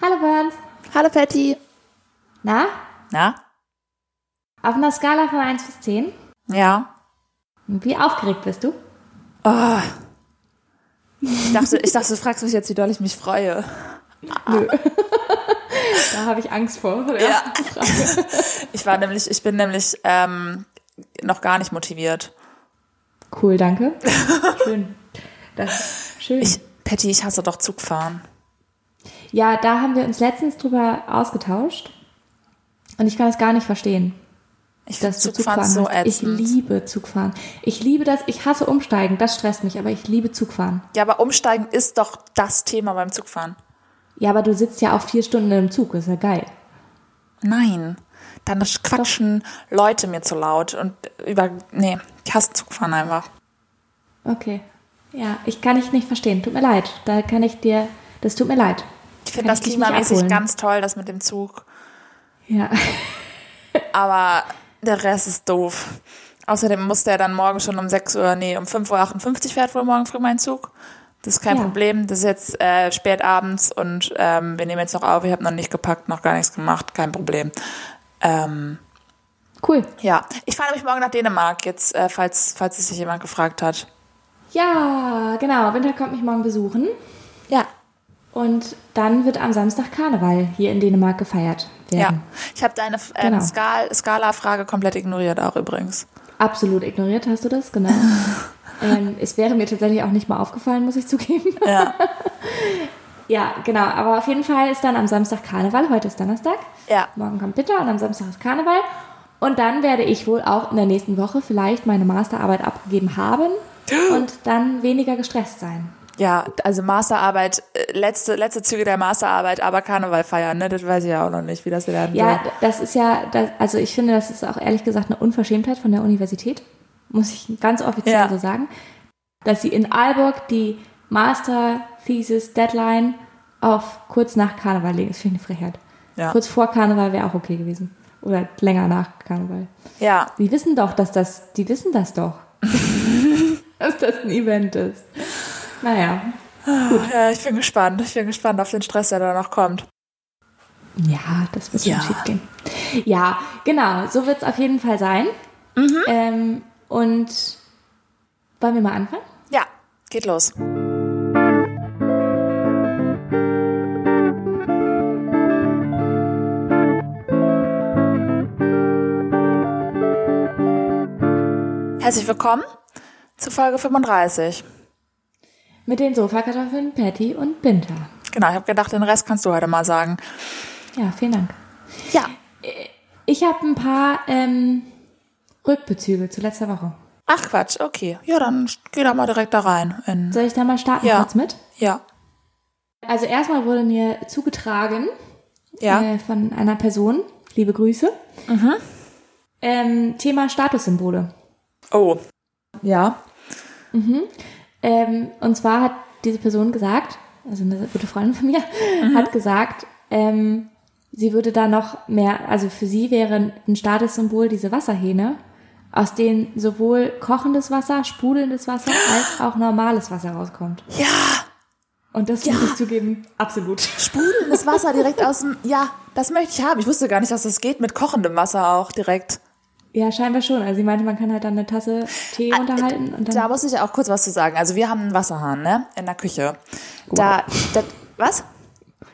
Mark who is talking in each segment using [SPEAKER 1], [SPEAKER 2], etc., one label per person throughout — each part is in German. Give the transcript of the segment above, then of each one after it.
[SPEAKER 1] Hallo Burns.
[SPEAKER 2] Hallo Patty.
[SPEAKER 1] Na?
[SPEAKER 2] Na?
[SPEAKER 1] Auf einer Skala von 1 bis 10?
[SPEAKER 2] Ja.
[SPEAKER 1] Wie aufgeregt bist du?
[SPEAKER 2] Oh. Ich dachte, ich dachte, du fragst mich jetzt, wie doll ich mich freue.
[SPEAKER 1] Da habe ich Angst vor. vor der
[SPEAKER 2] Ja.
[SPEAKER 1] ersten Frage.
[SPEAKER 2] Ich war nämlich, ich bin nämlich ähm, noch gar nicht motiviert.
[SPEAKER 1] Cool, danke. Schön. Das ist schön.
[SPEAKER 2] Ich, Patty, ich hasse doch Zugfahren.
[SPEAKER 1] ja, da haben wir uns letztens drüber ausgetauscht. Und ich kann es gar nicht verstehen,
[SPEAKER 2] Ich finde
[SPEAKER 1] dass du
[SPEAKER 2] Zugfahren,
[SPEAKER 1] Zugfahren
[SPEAKER 2] so
[SPEAKER 1] hast. Ich
[SPEAKER 2] ätzend.
[SPEAKER 1] liebe Zugfahren. Ich liebe das. Ich hasse Umsteigen. Das stresst mich, aber ich liebe Zugfahren.
[SPEAKER 2] ja, aber Umsteigen ist doch das Thema beim Zugfahren.
[SPEAKER 1] Ja, aber du sitzt ja auch vier Stunden im Zug. Ist ja geil.
[SPEAKER 2] Nein. Dann quatschen Leute mir zu laut und über. Nee, ich hasse Zugfahren einfach.
[SPEAKER 1] Okay. Ja, ich kann ich nicht verstehen. Tut mir leid. Da kann ich dir. Das tut mir leid.
[SPEAKER 2] Ich finde
[SPEAKER 1] Kann
[SPEAKER 2] das
[SPEAKER 1] ich dich nicht
[SPEAKER 2] klimamäßig
[SPEAKER 1] abholen.
[SPEAKER 2] ganz toll, das mit dem Zug.
[SPEAKER 1] Ja.
[SPEAKER 2] Aber der Rest ist doof. Außerdem muss der dann morgen schon um 6 Uhr, nee, um 5.58 Uhr fährt wohl morgen früh mein Zug. Das ist kein
[SPEAKER 1] Ja.
[SPEAKER 2] Problem. Das ist jetzt äh, spät abends und ähm, wir nehmen jetzt noch auf. Ich habe noch nicht gepackt, noch gar nichts gemacht. Kein Problem. Ähm,
[SPEAKER 1] Cool.
[SPEAKER 2] ja, ich fahre nämlich morgen nach Dänemark, jetzt, äh, falls, falls es sich jemand gefragt hat.
[SPEAKER 1] Ja, genau. Winter kommt mich morgen besuchen.
[SPEAKER 2] Ja.
[SPEAKER 1] Und dann wird am Samstag Karneval hier in Dänemark gefeiert
[SPEAKER 2] Ja.
[SPEAKER 1] werden.
[SPEAKER 2] Ich habe deine ähm,
[SPEAKER 1] Genau.
[SPEAKER 2] Skal Skala-Frage komplett ignoriert auch übrigens.
[SPEAKER 1] Absolut ignoriert hast du das, genau. ähm, es wäre mir tatsächlich auch nicht mal aufgefallen, muss ich zugeben.
[SPEAKER 2] Ja.
[SPEAKER 1] ja, genau. Aber auf jeden Fall ist dann am Samstag Karneval. Heute ist Donnerstag.
[SPEAKER 2] ja.
[SPEAKER 1] Morgen kommt Winter und am Samstag ist Karneval. Und dann werde ich wohl auch in der nächsten Woche vielleicht meine Masterarbeit abgegeben haben und dann weniger gestresst sein.
[SPEAKER 2] Ja, also Masterarbeit, äh, letzte, letzte Züge der Masterarbeit, aber Karneval feiern, ne? Das weiß ich ja auch noch nicht, wie das werden
[SPEAKER 1] Ja,
[SPEAKER 2] soll.
[SPEAKER 1] d- das ist ja, das, also ich finde, das ist auch ehrlich gesagt eine Unverschämtheit von der Universität, muss ich ganz offiziell
[SPEAKER 2] Ja.
[SPEAKER 1] so sagen, dass sie in Aalborg die Master Thesis Deadline auf kurz nach Karneval legen. Das finde ich eine Frechheit.
[SPEAKER 2] Ja.
[SPEAKER 1] Kurz vor Karneval wäre auch okay gewesen. Oder länger nach Karneval.
[SPEAKER 2] Ja,
[SPEAKER 1] Die wissen doch, dass das, die wissen das doch, dass das ein Event ist. Naja,
[SPEAKER 2] ja, Äh, ich bin gespannt. Ich bin gespannt auf den Stress, der da noch kommt.
[SPEAKER 1] Ja, das wird schon
[SPEAKER 2] Ja.
[SPEAKER 1] schief gehen. Ja, genau, so wird es auf jeden Fall sein.
[SPEAKER 2] Mhm.
[SPEAKER 1] Ähm, und wollen wir mal anfangen?
[SPEAKER 2] Ja, geht los. Herzlich willkommen zu Folge 35.
[SPEAKER 1] Mit den Sofakartoffeln Patty und Binta.
[SPEAKER 2] Genau, ich habe gedacht, den Rest kannst du heute mal sagen.
[SPEAKER 1] Ja, vielen Dank.
[SPEAKER 2] Ja.
[SPEAKER 1] Ich habe ein paar ähm, Rückbezüge zu letzter Woche.
[SPEAKER 2] Ach Quatsch, okay. Ja, dann geh da mal direkt da rein. In,
[SPEAKER 1] Soll ich da mal starten
[SPEAKER 2] Ja.
[SPEAKER 1] kurz mit?
[SPEAKER 2] ja.
[SPEAKER 1] Also erstmal wurde mir zugetragen
[SPEAKER 2] Ja.
[SPEAKER 1] äh, von einer Person, liebe Grüße, ähm, Thema Statussymbole.
[SPEAKER 2] Oh. Ja.
[SPEAKER 1] Ähm, und zwar hat diese Person gesagt, also eine gute Freundin von mir, hat gesagt, ähm, sie würde da noch mehr, also für sie wäre ein Statussymbol diese Wasserhähne, aus denen sowohl kochendes Wasser, sprudelndes Wasser als auch normales Wasser rauskommt.
[SPEAKER 2] Ja.
[SPEAKER 1] Und das muss ich zugeben, absolut.
[SPEAKER 2] Sprudelndes Wasser direkt aus dem. Ja, das möchte ich haben. Ich wusste gar nicht, dass das geht mit kochendem Wasser auch direkt.
[SPEAKER 1] Ja, scheinbar schon. Also sie meinte, man kann halt dann eine Tasse Tee unterhalten und
[SPEAKER 2] Ah, Da
[SPEAKER 1] dann.
[SPEAKER 2] muss ich auch kurz was zu sagen. Also wir haben einen Wasserhahn, ne? In der Küche. Da. Das, was?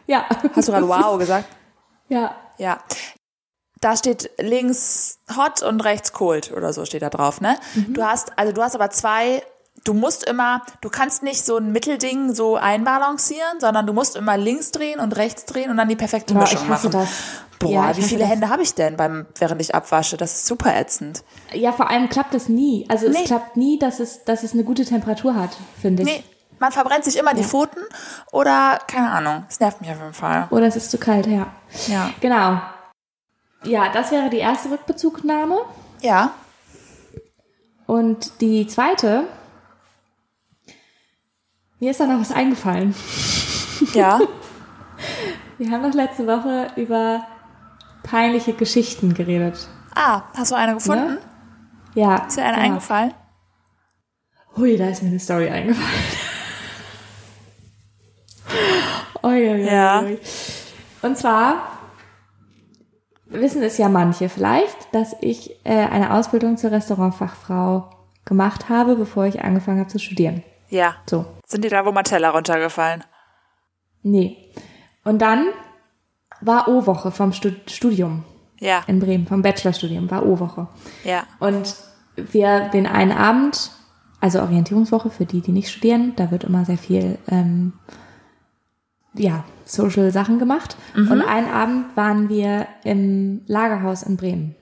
[SPEAKER 1] Ja.
[SPEAKER 2] Hast du gerade wow gesagt?
[SPEAKER 1] Ja.
[SPEAKER 2] Ja. Da steht links hot und rechts cold oder so steht da drauf, ne?
[SPEAKER 1] Mhm.
[SPEAKER 2] Du hast, also du hast aber zwei, du musst immer, du kannst nicht so ein Mittelding so einbalancieren, sondern du musst immer links drehen und rechts drehen und dann die perfekte
[SPEAKER 1] Boah,
[SPEAKER 2] Mischung
[SPEAKER 1] ich hasse
[SPEAKER 2] machen.
[SPEAKER 1] das.
[SPEAKER 2] Boah,
[SPEAKER 1] Ja, ich
[SPEAKER 2] wie
[SPEAKER 1] hasse
[SPEAKER 2] viele
[SPEAKER 1] das.
[SPEAKER 2] Hände habe ich denn beim, während ich abwasche? Das ist super ätzend.
[SPEAKER 1] Ja, vor allem klappt es nie. Also es
[SPEAKER 2] Nee.
[SPEAKER 1] klappt nie, dass es, dass es eine gute Temperatur hat, finde ich.
[SPEAKER 2] Nee, man verbrennt sich immer die Pfoten oder keine Ahnung. Es nervt mich auf jeden Fall.
[SPEAKER 1] Oder es ist zu kalt, ja.
[SPEAKER 2] Ja.
[SPEAKER 1] Genau. Ja, das wäre die erste Rückbezugnahme.
[SPEAKER 2] Ja.
[SPEAKER 1] Und die zweite. Mir ist da noch was eingefallen.
[SPEAKER 2] Ja.
[SPEAKER 1] Wir haben doch letzte Woche über peinliche Geschichten geredet.
[SPEAKER 2] ah, hast du eine gefunden?
[SPEAKER 1] Ja.
[SPEAKER 2] Ist dir eine
[SPEAKER 1] genau.
[SPEAKER 2] eingefallen?
[SPEAKER 1] Hui, da ist mir eine Story eingefallen. Ui, ui, ui,
[SPEAKER 2] Ja.
[SPEAKER 1] ui. Und zwar wissen es ja manche vielleicht, dass ich äh, eine Ausbildung zur Restaurantfachfrau gemacht habe, bevor ich angefangen habe zu studieren.
[SPEAKER 2] Ja.
[SPEAKER 1] So,
[SPEAKER 2] Sind dir da wo mal Teller runtergefallen?
[SPEAKER 1] nee. Und dann war O-Woche vom Stud- Studium
[SPEAKER 2] Ja.
[SPEAKER 1] in Bremen, vom Bachelorstudium, war O-Woche.
[SPEAKER 2] Ja.
[SPEAKER 1] Und wir den einen Abend, also Orientierungswoche für die, die nicht studieren, da wird immer sehr viel ähm, ja, Social Sachen gemacht. Und einen Abend waren wir im Lagerhaus in Bremen.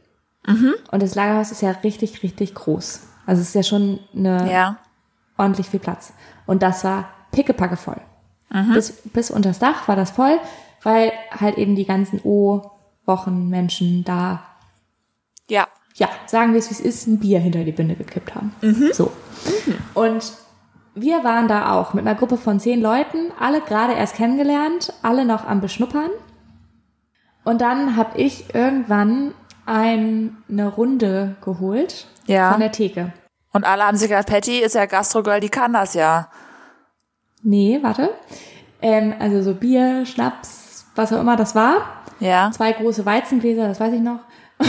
[SPEAKER 1] Und das Lagerhaus ist ja richtig, richtig groß. Also es ist ja schon eine
[SPEAKER 2] Ja.
[SPEAKER 1] ordentlich viel Platz. Und das war pickepacke voll. Bis, bis unters Dach war das voll, weil halt eben die ganzen O-Wochen Menschen da
[SPEAKER 2] Ja.
[SPEAKER 1] ja, sagen wir es wie es ist, ein Bier hinter die Binde gekippt haben. So. Und wir waren da auch mit einer Gruppe von zehn Leuten, alle gerade erst kennengelernt, alle noch am Beschnuppern. Und dann habe ich irgendwann ein, eine Runde geholt
[SPEAKER 2] Ja.
[SPEAKER 1] von der Theke.
[SPEAKER 2] Und alle haben sich gedacht, Patty ist ja Gastrogirl, die kann das ja.
[SPEAKER 1] Nee, warte. Ähm, also so Bier, Schnaps, was auch immer das war.
[SPEAKER 2] Ja.
[SPEAKER 1] zwei große Weizengläser, das weiß ich noch.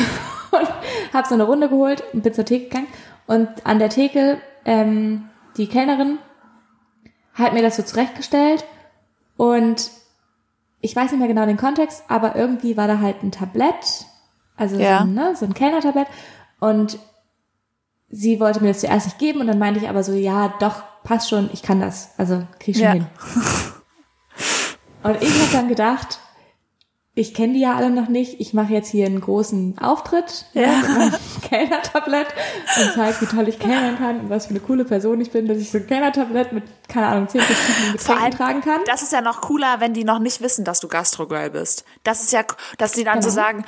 [SPEAKER 1] und habe so eine Runde geholt und bin zur Theke gegangen. Und an der Theke, ähm, die Kellnerin hat mir das so zurechtgestellt. Und ich weiß nicht mehr genau den Kontext, aber irgendwie war da halt ein Tablett, also
[SPEAKER 2] Ja.
[SPEAKER 1] so, ein, ne, so ein Kellnertablett. Und sie wollte mir das zuerst nicht geben und dann meinte ich aber so, ja, doch, passt schon, ich kann das. Also krieg ich schon
[SPEAKER 2] Ja.
[SPEAKER 1] hin. Und ich habe dann gedacht, ich kenne die ja alle noch nicht, ich mache jetzt hier einen großen Auftritt ne,
[SPEAKER 2] Ja.
[SPEAKER 1] Kellnertablett und zeigt, wie toll ich kellnern kann und was für eine coole Person ich bin, dass ich so ein Kellnertablett mit, keine Ahnung, zehn verschiedenen
[SPEAKER 2] Vor
[SPEAKER 1] Getränken
[SPEAKER 2] allem,
[SPEAKER 1] tragen kann.
[SPEAKER 2] das ist ja noch cooler, wenn die noch nicht wissen, dass du Gastrogirl bist. Das ist ja, dass die dann so
[SPEAKER 1] Genau.
[SPEAKER 2] sagen,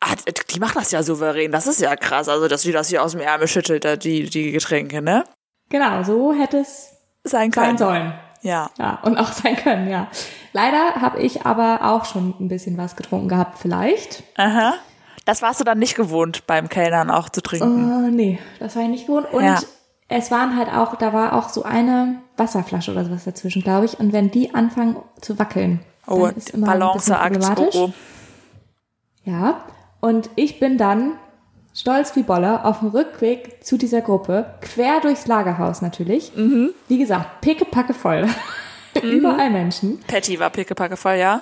[SPEAKER 2] ah, die macht das ja souverän, das ist ja krass. Also, dass die das hier aus dem Ärmel schüttelt, da die, die Getränke, ne?
[SPEAKER 1] Genau, so hätte es sein
[SPEAKER 2] Sein können.
[SPEAKER 1] sollen.
[SPEAKER 2] Ja.
[SPEAKER 1] Ja, und auch sein können, ja. Leider habe ich aber auch schon ein bisschen was getrunken gehabt, vielleicht.
[SPEAKER 2] Aha. Das warst du dann nicht gewohnt, beim Kellnern auch zu trinken.
[SPEAKER 1] Äh, nee, das war ich nicht gewohnt. Und
[SPEAKER 2] Ja.
[SPEAKER 1] es waren halt auch, da war auch so eine Wasserflasche oder sowas dazwischen, glaube ich. Und wenn die anfangen zu wackeln,
[SPEAKER 2] oh,
[SPEAKER 1] dann ist immer ein bisschen
[SPEAKER 2] Balanceakt. Oh,
[SPEAKER 1] problematisch.
[SPEAKER 2] oh.
[SPEAKER 1] Ja, und ich bin dann stolz wie Bolle auf dem Rückweg zu dieser Gruppe, quer durchs Lagerhaus natürlich.
[SPEAKER 2] Mhm.
[SPEAKER 1] Wie gesagt, pickepacke voll. Überall Menschen.
[SPEAKER 2] Patty war pickepacke voll, ja?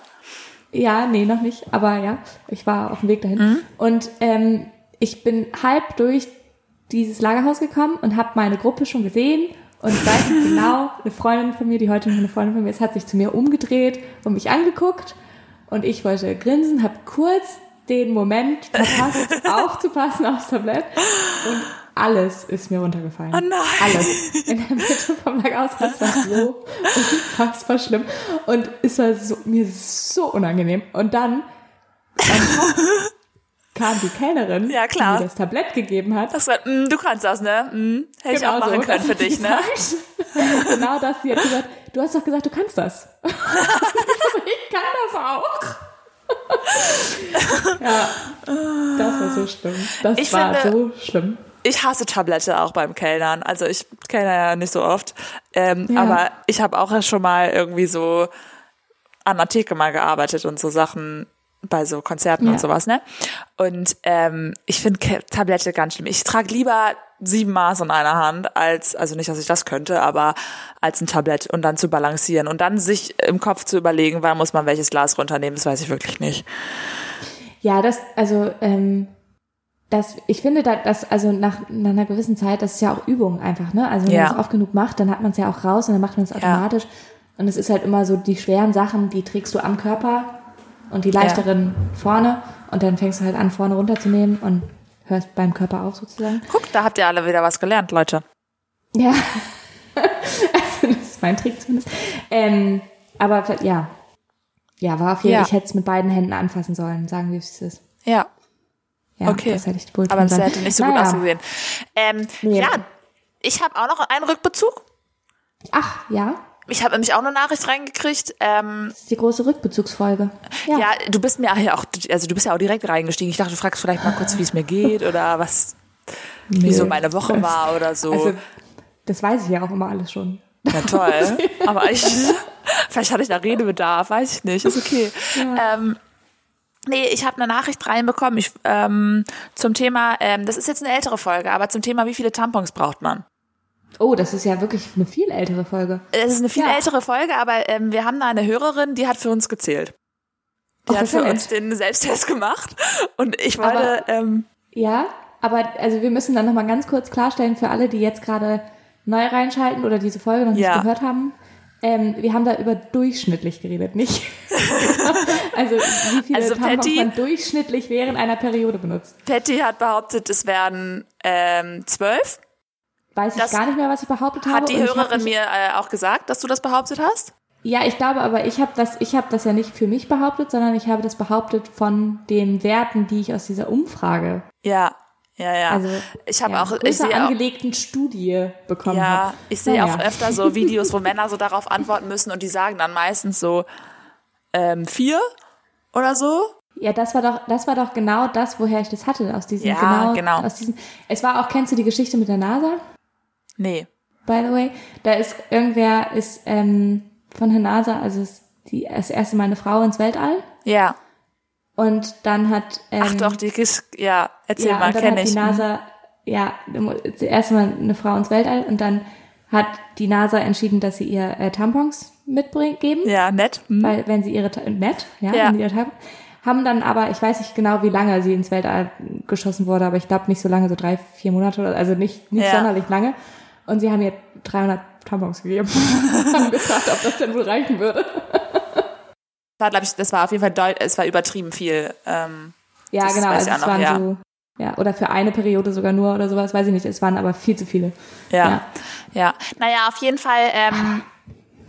[SPEAKER 1] Ja, nee, noch nicht, aber ja, ich war auf dem Weg dahin. Und ähm, ich bin halb durch dieses Lagerhaus gekommen und habe meine Gruppe schon gesehen und weiß nicht genau, eine Freundin von mir, die heute noch eine Freundin von mir ist, hat sich zu mir umgedreht und mich angeguckt und ich wollte grinsen, habe kurz den Moment verpasst, aufzupassen aufs Tablett und alles ist mir runtergefallen.
[SPEAKER 2] Oh nein.
[SPEAKER 1] Alles. In der Mitte vom Lagerhaus. Das war so unfassbar schlimm. Und es war so, mir so unangeneim. Und dann am Kopf kam die Kellnerin,
[SPEAKER 2] Ja, klar.
[SPEAKER 1] die mir das Tablett gegeben hat.
[SPEAKER 2] Das war, mm, du kannst das, ne? Mm, hätte ich auch machen
[SPEAKER 1] das
[SPEAKER 2] können für
[SPEAKER 1] hat sie
[SPEAKER 2] dich, ne?
[SPEAKER 1] gesagt. genau das. Sie hat gesagt, du hast doch gesagt, du kannst das. ich kann das auch. ja, das war so schlimm. Das
[SPEAKER 2] Ich
[SPEAKER 1] war
[SPEAKER 2] finde-
[SPEAKER 1] so schlimm.
[SPEAKER 2] Ich hasse Tablette auch beim Kellnern. Also ich kellner ja nicht so oft. Ähm,
[SPEAKER 1] Ja.
[SPEAKER 2] Aber ich habe auch schon mal irgendwie so an der Theke mal gearbeitet und so Sachen bei so Konzerten
[SPEAKER 1] Ja.
[SPEAKER 2] und sowas, ne? Und ähm, ich finde Ke- Tablette ganz schlimm. Ich trage lieber sieben Maß in einer Hand als, also nicht, dass ich das könnte, aber als ein Tablett und dann zu balancieren und dann sich im Kopf zu überlegen, wann muss man welches Glas runternehmen, das weiß ich wirklich nicht.
[SPEAKER 1] Ja, das, also, ähm, das, ich finde, da- das, also nach, nach einer gewissen Zeit, das ist ja auch Übung einfach, ne? Also wenn
[SPEAKER 2] Ja.
[SPEAKER 1] man es oft genug macht, dann hat man es ja auch raus und dann macht man es automatisch. Und es ist halt immer so, die schweren Sachen, die trägst du am Körper und die leichteren vorne und dann fängst du halt an, vorne runterzunehmen und hörst beim Körper auf sozusagen.
[SPEAKER 2] Guck, da habt ihr alle wieder was gelernt, Leute.
[SPEAKER 1] Ja. also das ist mein Trick zumindest. Ähm, aber ja. Ja, war auf jeden Fall,
[SPEAKER 2] Ja.
[SPEAKER 1] ich hätte es mit beiden Händen anfassen sollen, sagen wir, wie es ist.
[SPEAKER 2] Ja.
[SPEAKER 1] Ja,
[SPEAKER 2] Okay.
[SPEAKER 1] das hätte ich wohl
[SPEAKER 2] Aber
[SPEAKER 1] tun
[SPEAKER 2] das
[SPEAKER 1] sollen.
[SPEAKER 2] hätte nicht so gut
[SPEAKER 1] Naja.
[SPEAKER 2] ausgesehen. Ähm,
[SPEAKER 1] Nee.
[SPEAKER 2] Ja, ich habe auch noch einen Rückbezug.
[SPEAKER 1] Ach, ja,
[SPEAKER 2] Ich habe nämlich auch eine Nachricht reingekriegt. Ähm,
[SPEAKER 1] das ist die große Rückbezugsfolge.
[SPEAKER 2] ja. du bist mir ja auch, also du bist ja auch direkt reingestiegen. Ich dachte, du fragst vielleicht mal kurz, wie es mir geht oder was, wie so meine Woche war oder so.
[SPEAKER 1] Also, das weiß ich ja auch immer alles schon.
[SPEAKER 2] Na toll. Aber ich Vielleicht hatte ich da Redebedarf, weiß ich nicht. Ist okay. Ähm, nee, ich habe eine Nachricht reinbekommen ich, ähm, zum Thema, ähm, das ist jetzt eine ältere Folge, aber zum Thema, wie viele Tampons braucht man?
[SPEAKER 1] Oh, das ist ja wirklich eine viel ältere Folge.
[SPEAKER 2] Es ist eine viel
[SPEAKER 1] Ja.
[SPEAKER 2] ältere Folge, aber ähm, wir haben da eine Hörerin, die hat für uns gezählt. Die
[SPEAKER 1] Ach,
[SPEAKER 2] hat
[SPEAKER 1] wie
[SPEAKER 2] für
[SPEAKER 1] nett.
[SPEAKER 2] uns den Selbsttest gemacht. Und ich wollte, ähm,
[SPEAKER 1] Ja, aber also wir müssen dann nochmal ganz kurz klarstellen für alle, die jetzt gerade neu reinschalten oder diese Folge noch
[SPEAKER 2] Ja.
[SPEAKER 1] nicht gehört haben. Ähm, wir haben da über durchschnittlich geredet, nicht? also wie viele
[SPEAKER 2] Also
[SPEAKER 1] Tampons
[SPEAKER 2] Patty-
[SPEAKER 1] man durchschnittlich während einer Periode benutzt.
[SPEAKER 2] Patty hat behauptet, es werden ähm, zwölf.
[SPEAKER 1] Weiß ich
[SPEAKER 2] Das
[SPEAKER 1] gar nicht mehr, was ich behauptet habe.
[SPEAKER 2] Hat die
[SPEAKER 1] und ich hab
[SPEAKER 2] Hörerin
[SPEAKER 1] mich-
[SPEAKER 2] mir äh, auch gesagt, dass du das behauptet hast?
[SPEAKER 1] Ja, ich glaube aber, ich habe das, ich habe das ja nicht für mich behauptet, sondern ich habe das behauptet von den Werten, die ich aus dieser Umfrage,
[SPEAKER 2] Ja, ja, ja.
[SPEAKER 1] also
[SPEAKER 2] ich habe
[SPEAKER 1] ja,
[SPEAKER 2] auch, ich
[SPEAKER 1] größer
[SPEAKER 2] sehe auch,
[SPEAKER 1] angelegten Studie bekommen
[SPEAKER 2] ja,
[SPEAKER 1] habe.
[SPEAKER 2] ich sehe auch
[SPEAKER 1] Naja.
[SPEAKER 2] öfter so Videos, wo Männer so darauf antworten müssen und die sagen dann meistens so ähm, vier oder so.
[SPEAKER 1] Ja, das war doch, das war doch genau das, woher ich das hatte, aus diesem,
[SPEAKER 2] Ja,
[SPEAKER 1] genau,
[SPEAKER 2] genau.
[SPEAKER 1] aus diesem, es war auch, kennst du die Geschichte mit der NASA,
[SPEAKER 2] Nee.
[SPEAKER 1] by the way? Da ist, irgendwer ist, ähm, von der NASA, also ist die, das erste Mal eine Frau ins Weltall
[SPEAKER 2] Ja.
[SPEAKER 1] und dann hat, ähm,
[SPEAKER 2] Ach doch, die Gis ja, erzähl
[SPEAKER 1] ja,
[SPEAKER 2] mal,
[SPEAKER 1] und dann
[SPEAKER 2] kenne
[SPEAKER 1] hat
[SPEAKER 2] ich. Mhm.
[SPEAKER 1] die NASA, ja, zuerst mal eine Frau ins Weltall und dann hat die NASA entschieden, dass sie ihr äh, Tampons mitbringen, geben,
[SPEAKER 2] Ja, nett. Hm.
[SPEAKER 1] weil wenn sie ihre, Ta- nett, ja,
[SPEAKER 2] Ja.
[SPEAKER 1] Wenn sie ihre Tampons, haben dann aber, ich weiß nicht genau, wie lange sie ins Weltall geschossen wurde, aber ich glaube nicht so lange, so drei, vier Monate, oder, also nicht, nicht
[SPEAKER 2] Ja.
[SPEAKER 1] sonderlich lange. Und sie haben ihr 300 Tampons gegeben. haben gefragt, ob das denn wohl reichen würde.
[SPEAKER 2] Das war, glaub ich, das war auf jeden Fall, deut es war übertrieben viel. Ähm,
[SPEAKER 1] Ja,
[SPEAKER 2] Das
[SPEAKER 1] genau,
[SPEAKER 2] weiß
[SPEAKER 1] also
[SPEAKER 2] ich auch
[SPEAKER 1] es
[SPEAKER 2] noch,
[SPEAKER 1] waren
[SPEAKER 2] ja.
[SPEAKER 1] so, ja, oder für eine Periode sogar nur oder sowas, weiß ich nicht, es waren aber viel zu viele.
[SPEAKER 2] ja,
[SPEAKER 1] Ja.
[SPEAKER 2] ja, Naja, auf jeden Fall, ähm,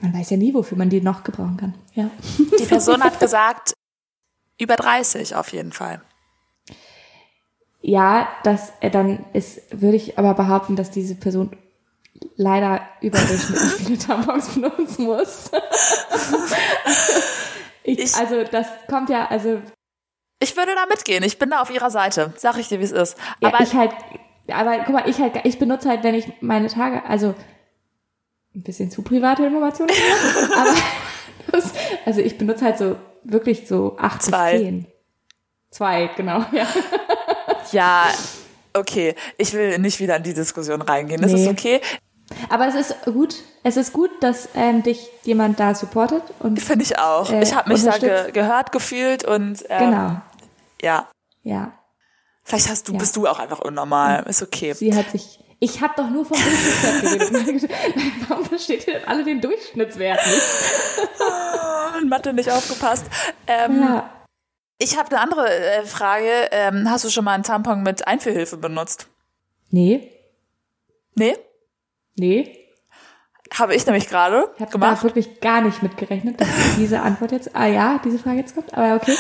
[SPEAKER 1] Man weiß ja nie, wofür man die noch gebrauchen kann. Ja.
[SPEAKER 2] die Person hat gesagt, über 30 auf jeden Fall.
[SPEAKER 1] Ja, das äh, dann ist, würde ich aber behaupten, dass diese Person leider überdurchschnittlich viele Tampons benutzen muss. ich,
[SPEAKER 2] Ich-
[SPEAKER 1] also das kommt ja, also
[SPEAKER 2] Ich würde da mitgehen. Ich bin da auf ihrer Seite. Sag ich dir, wie es ist.
[SPEAKER 1] ja,
[SPEAKER 2] Aber
[SPEAKER 1] ich halt, aber guck mal, ich halt, ich benutze halt, wenn ich meine Tage, also ein bisschen zu private Informationen, aber das, also ich benutze halt so wirklich so acht
[SPEAKER 2] Zwei.
[SPEAKER 1] bis zehn. Zwei, genau, ja.
[SPEAKER 2] ja, okay. Ich will nicht wieder in die Diskussion reingehen. Das
[SPEAKER 1] Nee.
[SPEAKER 2] ist okay.
[SPEAKER 1] Aber es ist gut, es ist gut, dass ähm, dich jemand da supportet und
[SPEAKER 2] Finde ich auch.
[SPEAKER 1] Äh,
[SPEAKER 2] ich habe mich da ge
[SPEAKER 1] unterstützt.
[SPEAKER 2] gehört gefühlt und ähm,
[SPEAKER 1] genau,
[SPEAKER 2] ja.
[SPEAKER 1] ja.
[SPEAKER 2] Vielleicht hast du,
[SPEAKER 1] Ja.
[SPEAKER 2] bist du auch einfach unnormal. Ist okay.
[SPEAKER 1] Sie hat sich. Ich habe doch nur vom Durchschnittswert geredet. Warum versteht ihr denn alle den Durchschnittswert nicht?
[SPEAKER 2] In Mathe nicht aufgepasst. Ähm,
[SPEAKER 1] Ja.
[SPEAKER 2] Ich habe eine andere äh, Frage. Ähm, hast du schon mal einen Tampon mit Einführhilfe benutzt?
[SPEAKER 1] Nee,
[SPEAKER 2] Nee?
[SPEAKER 1] nee.
[SPEAKER 2] Habe ich nämlich gerade
[SPEAKER 1] Ich habe da
[SPEAKER 2] gemacht.
[SPEAKER 1] wirklich gar nicht mitgerechnet, dass diese Antwort jetzt. Ah ja, diese Frage jetzt kommt. Aber okay.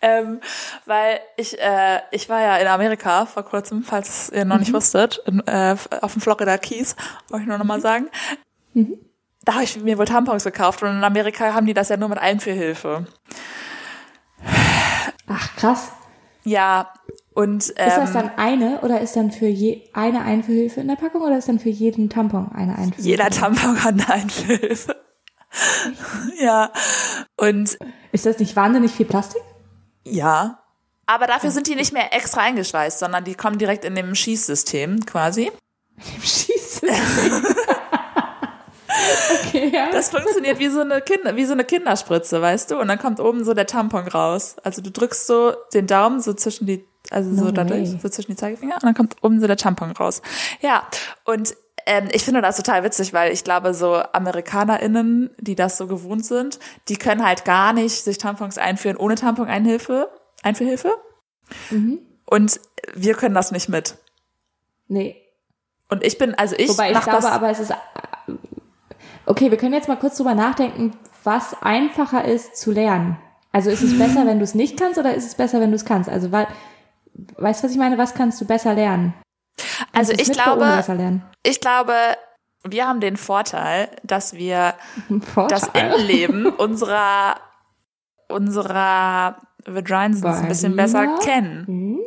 [SPEAKER 2] Ähm, weil ich, äh, ich war ja in Amerika vor kurzem, falls ihr noch
[SPEAKER 1] Mhm.
[SPEAKER 2] nicht wusstet, in, äh, auf dem Florida Keys, wollte ich nur
[SPEAKER 1] Mhm.
[SPEAKER 2] nochmal sagen. Da habe ich mir wohl Tampons gekauft und in Amerika haben die das ja nur mit Einführhilfe.
[SPEAKER 1] Ach krass.
[SPEAKER 2] Ja, und ähm,
[SPEAKER 1] Ist das dann eine oder ist dann für je eine Einführhilfe in der Packung oder ist dann für jeden Tampon eine Einführhilfe?
[SPEAKER 2] jeder Tampon hat eine Einführhilfe. ja, und
[SPEAKER 1] Ist das nicht wahnsinnig viel Plastik?
[SPEAKER 2] Ja. Aber dafür sind die nicht mehr extra eingeschweißt, sondern die kommen direkt in dem Schießsystem quasi.
[SPEAKER 1] Im Schießen. okay, ja.
[SPEAKER 2] Das funktioniert wie so eine Kinder, wie so eine Kinderspritze, weißt du? Und dann kommt oben so der Tampon raus. Also du drückst so den Daumen so zwischen die, also so
[SPEAKER 1] No
[SPEAKER 2] dadurch,
[SPEAKER 1] way.
[SPEAKER 2] so zwischen die Zeigefinger und dann kommt oben so der Tampon raus. Ja. Und ähm, ich finde das total witzig, weil ich glaube, so AmerikanerInnen, die das so gewohnt sind, die können halt gar nicht sich Tampons einführen ohne Tampon-Einhilfe, Einführhilfe.
[SPEAKER 1] Mhm.
[SPEAKER 2] Und wir können das nicht mit.
[SPEAKER 1] nee.
[SPEAKER 2] Und ich bin, also ich
[SPEAKER 1] Wobei ich
[SPEAKER 2] mach
[SPEAKER 1] glaube,
[SPEAKER 2] das,
[SPEAKER 1] aber es ist. Okay, wir können jetzt mal kurz drüber nachdenken, was einfacher ist zu lernen. Also ist es besser, wenn du es nicht kannst, oder ist es besser, wenn du es kannst? Also weil, weißt du, was ich meine? Was kannst du besser lernen? Kannst
[SPEAKER 2] also
[SPEAKER 1] du es
[SPEAKER 2] ich
[SPEAKER 1] mit oder ohne
[SPEAKER 2] glaube,
[SPEAKER 1] besser lernen.
[SPEAKER 2] ich glaube, wir haben den Vorteil, dass wir das
[SPEAKER 1] Vorteil.
[SPEAKER 2] Innenleben unserer, unserer Vaginas ein
[SPEAKER 1] Vagina?
[SPEAKER 2] bisschen besser kennen,
[SPEAKER 1] Hm?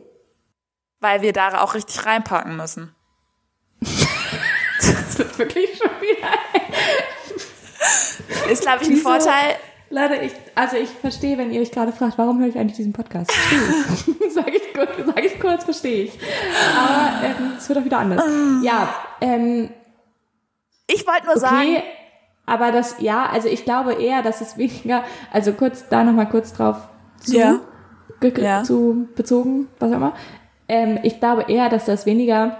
[SPEAKER 2] weil wir da auch richtig reinpacken müssen.
[SPEAKER 1] Das wird wirklich schon wieder.
[SPEAKER 2] Ist, glaube ich, ein
[SPEAKER 1] Wieso?
[SPEAKER 2] Vorteil.
[SPEAKER 1] Leute, ich, also ich verstehe, wenn ihr euch gerade fragt, warum höre ich eigentlich diesen Podcast? Verstehe ich. sag, ich kurz, sag ich kurz, verstehe ich. Aber ähm, es wird auch wieder anders.
[SPEAKER 2] Ah.
[SPEAKER 1] Ja, ähm,
[SPEAKER 2] Ich wollte nur sagen,
[SPEAKER 1] okay, aber das, ja, also ich glaube eher, dass es weniger, also kurz, da nochmal kurz drauf zu,
[SPEAKER 2] Ja.
[SPEAKER 1] ge- ge-
[SPEAKER 2] Ja.
[SPEAKER 1] zu bezogen, was auch immer. Ähm, ich glaube eher, dass das weniger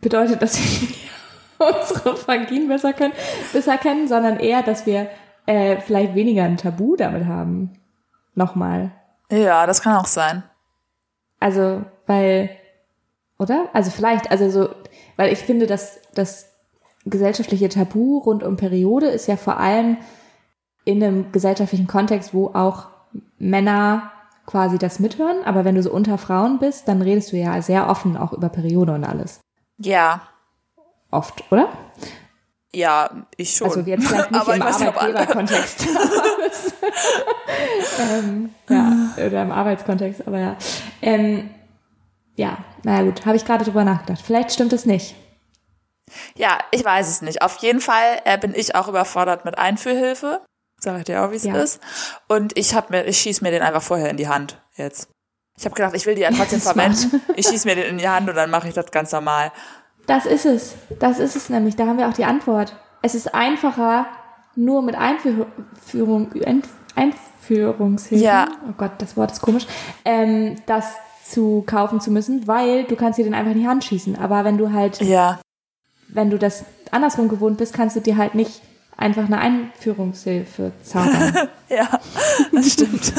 [SPEAKER 1] bedeutet, dass wir unsere Vaginen besser können, besser kennen, sondern eher, dass wir äh, vielleicht weniger ein Tabu damit haben. Nochmal.
[SPEAKER 2] ja, das kann auch sein.
[SPEAKER 1] Also, weil, oder? Also vielleicht, also so, weil ich finde, dass das gesellschaftliche Tabu rund um Periode ist ja vor allem in einem gesellschaftlichen Kontext, wo auch Männer quasi das mithören, aber wenn du so unter Frauen bist, dann redest du ja sehr offen auch über Periode und alles.
[SPEAKER 2] Ja,
[SPEAKER 1] Oft, oder?
[SPEAKER 2] ja, ich schon.
[SPEAKER 1] Also jetzt vielleicht nicht
[SPEAKER 2] Aber
[SPEAKER 1] im
[SPEAKER 2] ich weiß nicht, ob-
[SPEAKER 1] Arbeitgeberkontext. aber es- ähm, ja, oder im Arbeitskontext, aber ja. Ähm, ja, naja gut, habe ich gerade drüber nachgedacht. Vielleicht stimmt es nicht.
[SPEAKER 2] Ja, ich weiß es nicht. Auf jeden Fall äh, bin ich auch überfordert mit Einführhilfe. Sag ich dir auch, wie es
[SPEAKER 1] Ja.
[SPEAKER 2] ist. Und ich hab mir, ich schieß mir den einfach vorher in die Hand jetzt. Ich habe gedacht, ich will die ja trotzdem
[SPEAKER 1] Smart.
[SPEAKER 2] verwenden. Ich schieß mir den in die Hand und dann mache ich das ganz normal.
[SPEAKER 1] Das ist es. Das ist es nämlich. Da haben wir auch die Antwort. Es ist einfacher, nur mit Einführung, Einf- Einführungshilfen,
[SPEAKER 2] Ja.
[SPEAKER 1] oh Gott, das Wort ist komisch, ähm, das zu kaufen zu müssen, weil du kannst dir den einfach in die Hand schießen. Aber wenn du halt
[SPEAKER 2] Ja,
[SPEAKER 1] wenn du das andersrum gewohnt bist, kannst du dir halt nicht einfach eine Einführungshilfe zaubern.
[SPEAKER 2] ja, das stimmt.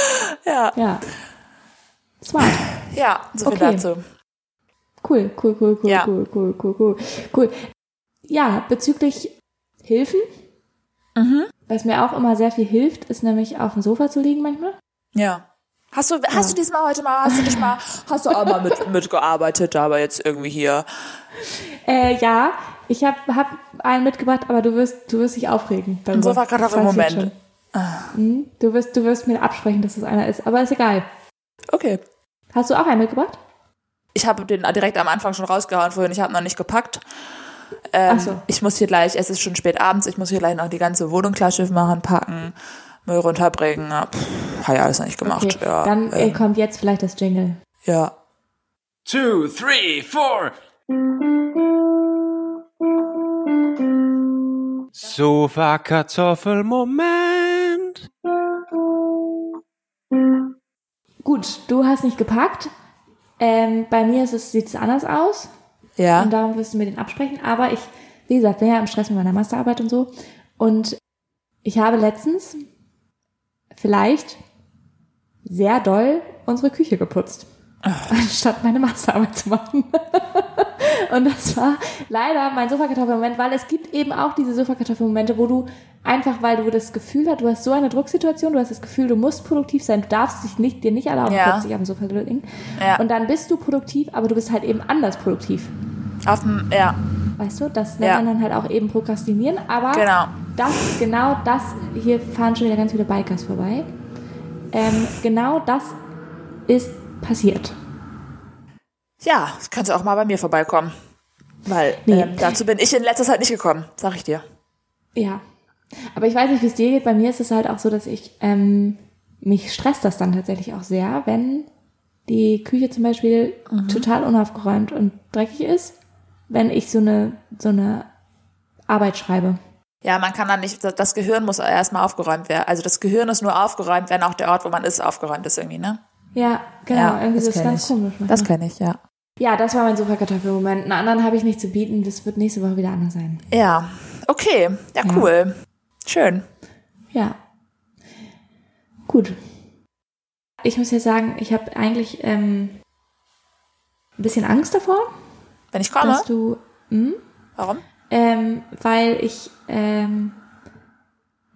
[SPEAKER 2] ja,
[SPEAKER 1] ja. Smart.
[SPEAKER 2] ja, so viel
[SPEAKER 1] Okay.
[SPEAKER 2] dazu.
[SPEAKER 1] Cool, cool, cool, cool,
[SPEAKER 2] Ja.
[SPEAKER 1] cool, cool, cool, cool, cool. Ja, bezüglich Hilfen,
[SPEAKER 2] Mhm.
[SPEAKER 1] was mir auch immer sehr viel hilft, ist nämlich auf dem Sofa zu liegen manchmal.
[SPEAKER 2] Ja. Hast du, hast du diesmal heute mal, hast du dich mal, hast du auch mal mit, mitgearbeitet, aber jetzt irgendwie hier.
[SPEAKER 1] Äh, ja, ich habe hab einen mitgebracht, aber du wirst, du wirst dich aufregen. darüber.
[SPEAKER 2] So war gerade
[SPEAKER 1] Das
[SPEAKER 2] auf den
[SPEAKER 1] weiß ich jetzt
[SPEAKER 2] Moment.
[SPEAKER 1] schon. Mhm. Du wirst, du wirst mir absprechen, dass das einer ist, aber ist egal.
[SPEAKER 2] Okay.
[SPEAKER 1] Hast du auch einen mitgebracht?
[SPEAKER 2] Ich habe den direkt am Anfang schon rausgehauen vorhin, ich habe noch nicht gepackt. Ähm,
[SPEAKER 1] Ach so.
[SPEAKER 2] Ich muss hier gleich, es ist schon spät abends, ich muss hier gleich noch die ganze Wohnung klarschiff machen, packen, Müll runterbringen. Ja, Pff, hab ja alles noch nicht gemacht.
[SPEAKER 1] Okay,
[SPEAKER 2] ja,
[SPEAKER 1] dann äh,
[SPEAKER 2] ähm,
[SPEAKER 1] kommt jetzt vielleicht das Jingle.
[SPEAKER 2] ja.
[SPEAKER 3] two, three, four. Sofa-Kartoffel-Moment.
[SPEAKER 1] Gut, du hast nicht gepackt. Ähm, bei mir sieht es sieht's anders aus
[SPEAKER 2] Ja.
[SPEAKER 1] und darum wirst du mir den absprechen. Aber ich, wie gesagt, bin ja im Stress mit meiner Masterarbeit und so. Und ich habe letztens vielleicht sehr doll unsere Küche geputzt, anstatt meine Masterarbeit zu machen. und das war leider mein Sofakartoffelmoment, weil es gibt eben auch diese Sofakartoffelmomente, wo du einfach, weil du das Gefühl hast, du hast so eine Drucksituation, du hast das Gefühl, du musst produktiv sein, du darfst dich nicht, dir nicht erlauben,
[SPEAKER 2] Ja.
[SPEAKER 1] plötzlich auf dem Sofa zu liegen.
[SPEAKER 2] Ja.
[SPEAKER 1] Und dann bist du produktiv, aber du bist halt eben anders produktiv.
[SPEAKER 2] Auf dem, ja,
[SPEAKER 1] Weißt du, das nennt
[SPEAKER 2] Ja.
[SPEAKER 1] man dann halt auch eben prokrastinieren, aber
[SPEAKER 2] Genau.
[SPEAKER 1] das, genau das, hier fahren schon wieder ganz viele Bikers vorbei. Ähm, genau das ist passiert.
[SPEAKER 2] ja, kannst du auch mal bei mir vorbeikommen. Weil
[SPEAKER 1] Nee.
[SPEAKER 2] ähm, dazu bin ich in letzter Zeit nicht gekommen, sag ich dir.
[SPEAKER 1] Ja. Aber ich weiß nicht, wie es dir geht. Bei mir ist es halt auch so, dass ich, ähm, mich stresst das dann tatsächlich auch sehr, wenn die Küche zum Beispiel
[SPEAKER 2] Mhm.
[SPEAKER 1] total unaufgeräumt und dreckig ist, wenn ich so eine, so eine Arbeit schreibe.
[SPEAKER 2] Ja, man kann dann nicht, das Gehirn muss erstmal aufgeräumt werden. Also das Gehirn ist nur aufgeräumt, wenn auch der Ort, wo man ist, aufgeräumt ist irgendwie, ne?
[SPEAKER 1] Ja, genau. irgendwie so ist
[SPEAKER 2] kenn
[SPEAKER 1] ganz
[SPEAKER 2] ich.
[SPEAKER 1] komisch. manchmal.
[SPEAKER 2] Das kenne ich, ja.
[SPEAKER 1] Ja, das war mein Sofakartoffelmoment. Einen anderen habe ich nicht zu bieten. Das wird nächste Woche wieder anders sein.
[SPEAKER 2] Ja, okay. Ja,
[SPEAKER 1] Ja.
[SPEAKER 2] cool. Schön.
[SPEAKER 1] Ja. Gut. Ich muss ja sagen, ich habe eigentlich ähm, ein bisschen Angst davor,
[SPEAKER 2] Wenn ich komme,
[SPEAKER 1] dass du, hm,
[SPEAKER 2] warum?
[SPEAKER 1] ähm, weil ich ähm,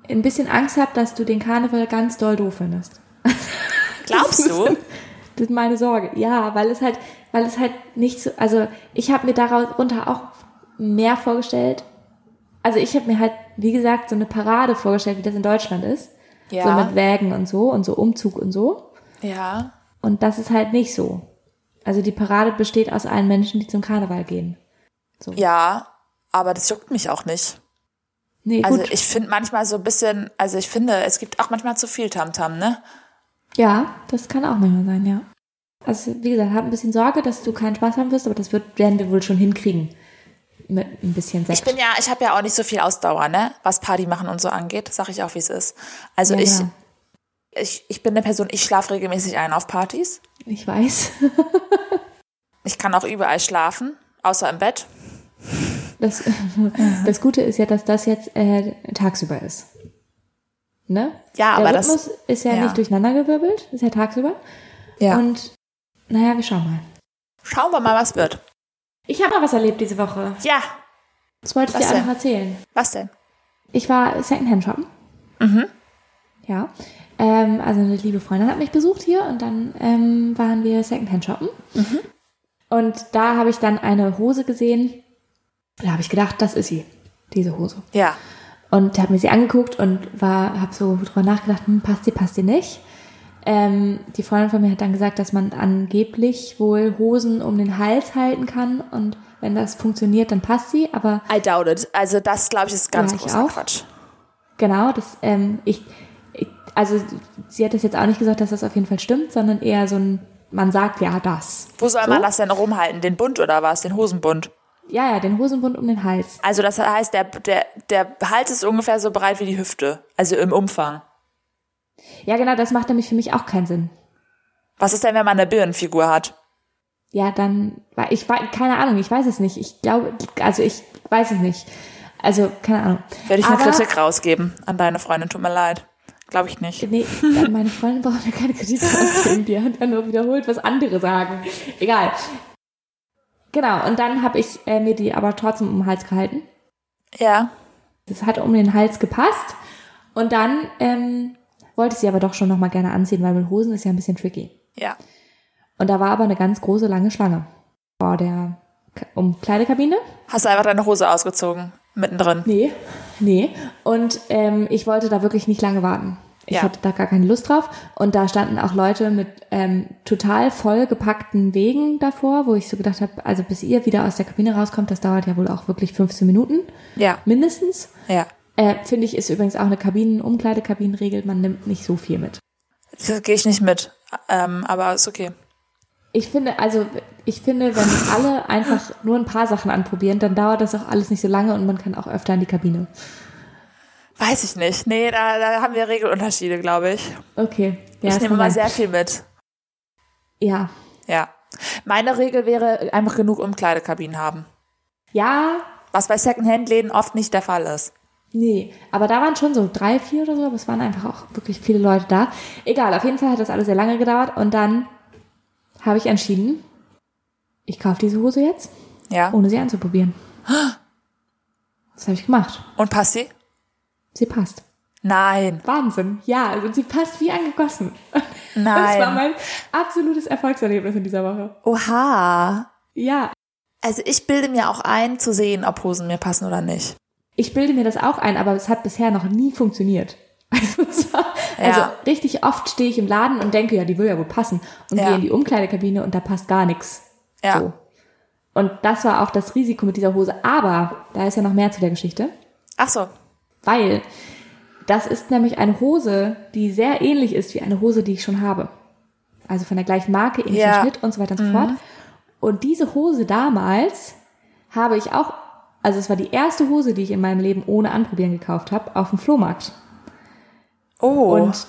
[SPEAKER 1] ein bisschen Angst habe, dass du den Karneval ganz doll doof findest.
[SPEAKER 2] Glaubst du?
[SPEAKER 1] Das ist meine Sorge. Ja, weil es halt, weil es halt nicht so, also ich habe mir darunter auch mehr vorgestellt. Also ich habe mir halt, wie gesagt, so eine Parade vorgestellt, wie das in Deutschland ist.
[SPEAKER 2] Ja.
[SPEAKER 1] So mit Wägen und so und so Umzug und so.
[SPEAKER 2] Ja.
[SPEAKER 1] Und das ist halt nicht so. Also die Parade besteht aus allen Menschen, die zum Karneval gehen.
[SPEAKER 2] Ja, aber das juckt mich auch nicht.
[SPEAKER 1] Nee, gut.
[SPEAKER 2] Also ich finde manchmal so ein bisschen, also ich finde, es gibt auch manchmal zu viel Tamtam, ne?
[SPEAKER 1] ja, das kann auch manchmal sein, ja. Also, wie gesagt, hab ein bisschen Sorge, dass du keinen Spaß haben wirst, aber das wird, werden wir wohl schon hinkriegen. Mit ein bisschen Sekt.
[SPEAKER 2] Ich bin ja, ich habe ja auch nicht so viel Ausdauer, ne? Was Party machen und so angeht, sag ich auch, wie es ist. Also
[SPEAKER 1] ja, genau.
[SPEAKER 2] ich,
[SPEAKER 1] ja.
[SPEAKER 2] ich, ich bin eine Person, ich schlafe regelmäßig ein auf Partys.
[SPEAKER 1] ich weiß.
[SPEAKER 2] Ich kann auch überall schlafen, außer im Bett.
[SPEAKER 1] Das, das Gute ist ja, dass das jetzt äh, tagsüber ist. Ne?
[SPEAKER 2] Ja,
[SPEAKER 1] Der
[SPEAKER 2] aber das-
[SPEAKER 1] Rhythmus ist ja,
[SPEAKER 2] ja.
[SPEAKER 1] nicht durcheinandergewirbelt, ist ja tagsüber.
[SPEAKER 2] Ja. Und
[SPEAKER 1] Und naja, wir schauen mal.
[SPEAKER 2] schauen wir mal, was wird.
[SPEAKER 1] Ich habe mal was erlebt diese Woche.
[SPEAKER 2] Ja,
[SPEAKER 1] Das wollte ich
[SPEAKER 2] Was
[SPEAKER 1] dir
[SPEAKER 2] denn?
[SPEAKER 1] einfach erzählen.
[SPEAKER 2] was denn?
[SPEAKER 1] Ich war Secondhand shoppen.
[SPEAKER 2] Mhm.
[SPEAKER 1] Ja. Ähm, also eine liebe Freundin hat mich besucht hier und dann ähm, waren wir Secondhand shoppen.
[SPEAKER 2] Mhm.
[SPEAKER 1] Und da habe ich dann eine Hose gesehen. Da habe ich gedacht, das ist sie, diese Hose.
[SPEAKER 2] Ja.
[SPEAKER 1] Und habe mir sie angeguckt und war, habe so drüber nachgedacht, hm, passt die, passt die nicht. Ähm, die Freundin von mir hat dann gesagt, dass man angeblich wohl Hosen um den Hals halten kann und wenn das funktioniert, dann passt sie. Aber
[SPEAKER 2] I doubt it. Also das, glaube ich, ist ganz
[SPEAKER 1] Ja, ich
[SPEAKER 2] großer
[SPEAKER 1] auch.
[SPEAKER 2] Quatsch.
[SPEAKER 1] Genau, das, ähm, ich, ich, also sie hat das jetzt auch nicht gesagt, dass das auf jeden Fall stimmt, sondern eher so ein, man sagt ja das.
[SPEAKER 2] Wo soll
[SPEAKER 1] So?
[SPEAKER 2] man das denn rumhalten? Den Bund oder was? Den Hosenbund?
[SPEAKER 1] Ja, ja, den Hosenbund um den Hals.
[SPEAKER 2] Also das heißt, der, der, der Hals ist ungefähr so breit wie die Hüfte. Also im Umfang.
[SPEAKER 1] Ja, genau, das macht nämlich für mich auch keinen Sinn.
[SPEAKER 2] Was ist denn, wenn man eine Birnenfigur hat?
[SPEAKER 1] Ja, dann, weil ich weiß, keine Ahnung, ich weiß es nicht. Ich glaube, also ich weiß es nicht. Also, keine Ahnung.
[SPEAKER 2] Werde ich eine
[SPEAKER 1] Aber-
[SPEAKER 2] Kritik rausgeben an deine Freundin, tut mir leid. Glaube ich nicht.
[SPEAKER 1] Nee, meine Freundin braucht mir keine Kritik ausgeben. Die hat ja nur wiederholt, was andere sagen. Egal. Genau, und dann habe ich äh, mir die aber trotzdem um den Hals gehalten.
[SPEAKER 2] Ja.
[SPEAKER 1] Das hat um den Hals gepasst. Und dann ähm, wollte ich sie aber doch schon nochmal gerne anziehen, weil mit Hosen ist ja ein bisschen tricky.
[SPEAKER 2] Ja.
[SPEAKER 1] Und da war aber eine ganz große, lange Schlange vor der K- um Umkleidekabine.
[SPEAKER 2] Hast du einfach deine Hose ausgezogen? Mittendrin.
[SPEAKER 1] Nee, nee. Und ähm, ich wollte da wirklich nicht lange warten. Ich
[SPEAKER 2] Ja.
[SPEAKER 1] hatte da gar keine Lust drauf. Und da standen auch Leute mit ähm, total vollgepackten Wegen davor, wo ich so gedacht habe, also bis ihr wieder aus der Kabine rauskommt, das dauert ja wohl auch wirklich 15 Minuten
[SPEAKER 2] Ja.
[SPEAKER 1] mindestens.
[SPEAKER 2] Ja.
[SPEAKER 1] Äh, Finde ich, ist übrigens auch eine Kabinen, Umkleidekabinenregel, man nimmt nicht so viel mit.
[SPEAKER 2] Gehe ich nicht mit. Ähm, aber ist okay.
[SPEAKER 1] Ich finde, also, ich finde, wenn alle einfach nur ein paar Sachen anprobieren, dann dauert das auch alles nicht so lange und man kann auch öfter in die Kabine.
[SPEAKER 2] Weiß ich nicht. Nee, da, da haben wir Regelunterschiede, glaube ich.
[SPEAKER 1] Okay. Ja,
[SPEAKER 2] ich
[SPEAKER 1] das
[SPEAKER 2] nehme
[SPEAKER 1] kann
[SPEAKER 2] mal
[SPEAKER 1] sein.
[SPEAKER 2] sehr viel mit.
[SPEAKER 1] Ja.
[SPEAKER 2] Ja. Meine Regel wäre, einfach genug Umkleidekabinen haben.
[SPEAKER 1] Ja,
[SPEAKER 2] Was bei Secondhand-Läden oft nicht der Fall ist.
[SPEAKER 1] nee. Aber da waren schon so drei, vier oder so, aber es waren einfach auch wirklich viele Leute da. Egal, auf jeden Fall hat das alles sehr lange gedauert und dann habe ich entschieden, ich kaufe diese Hose jetzt,
[SPEAKER 2] Ja.
[SPEAKER 1] ohne sie anzuprobieren. Das habe ich gemacht.
[SPEAKER 2] Und passt sie?
[SPEAKER 1] Sie passt.
[SPEAKER 2] Nein.
[SPEAKER 1] Wahnsinn. Ja, also sie passt wie angegossen. Das
[SPEAKER 2] Nein.
[SPEAKER 1] war mein absolutes Erfolgserlebnis in dieser Woche.
[SPEAKER 2] Oha.
[SPEAKER 1] Ja,
[SPEAKER 2] Also ich bilde mir auch ein, zu sehen, ob Hosen mir passen oder nicht.
[SPEAKER 1] ich bilde mir das auch ein, aber es hat bisher noch nie funktioniert. Also, es war,
[SPEAKER 2] Ja.
[SPEAKER 1] also richtig oft stehe ich im Laden und denke, ja, die will ja wohl passen. Und
[SPEAKER 2] Ja.
[SPEAKER 1] gehe in die Umkleidekabine und da passt gar nichts.
[SPEAKER 2] Ja.
[SPEAKER 1] So. Und das war auch das Risiko mit dieser Hose. Aber da ist ja noch mehr zu der Geschichte.
[SPEAKER 2] Ach so.
[SPEAKER 1] Weil das ist nämlich eine Hose, die sehr ähnlich ist wie eine Hose, die ich schon habe. Also von der gleichen Marke, ähnlichen
[SPEAKER 2] Ja. Mhm.
[SPEAKER 1] Schnitt und so weiter und so fort. Und diese Hose damals habe ich auch, also es war die erste Hose, die ich in meinem Leben ohne Anprobieren gekauft habe, auf dem Flohmarkt.
[SPEAKER 2] Oh.
[SPEAKER 1] Und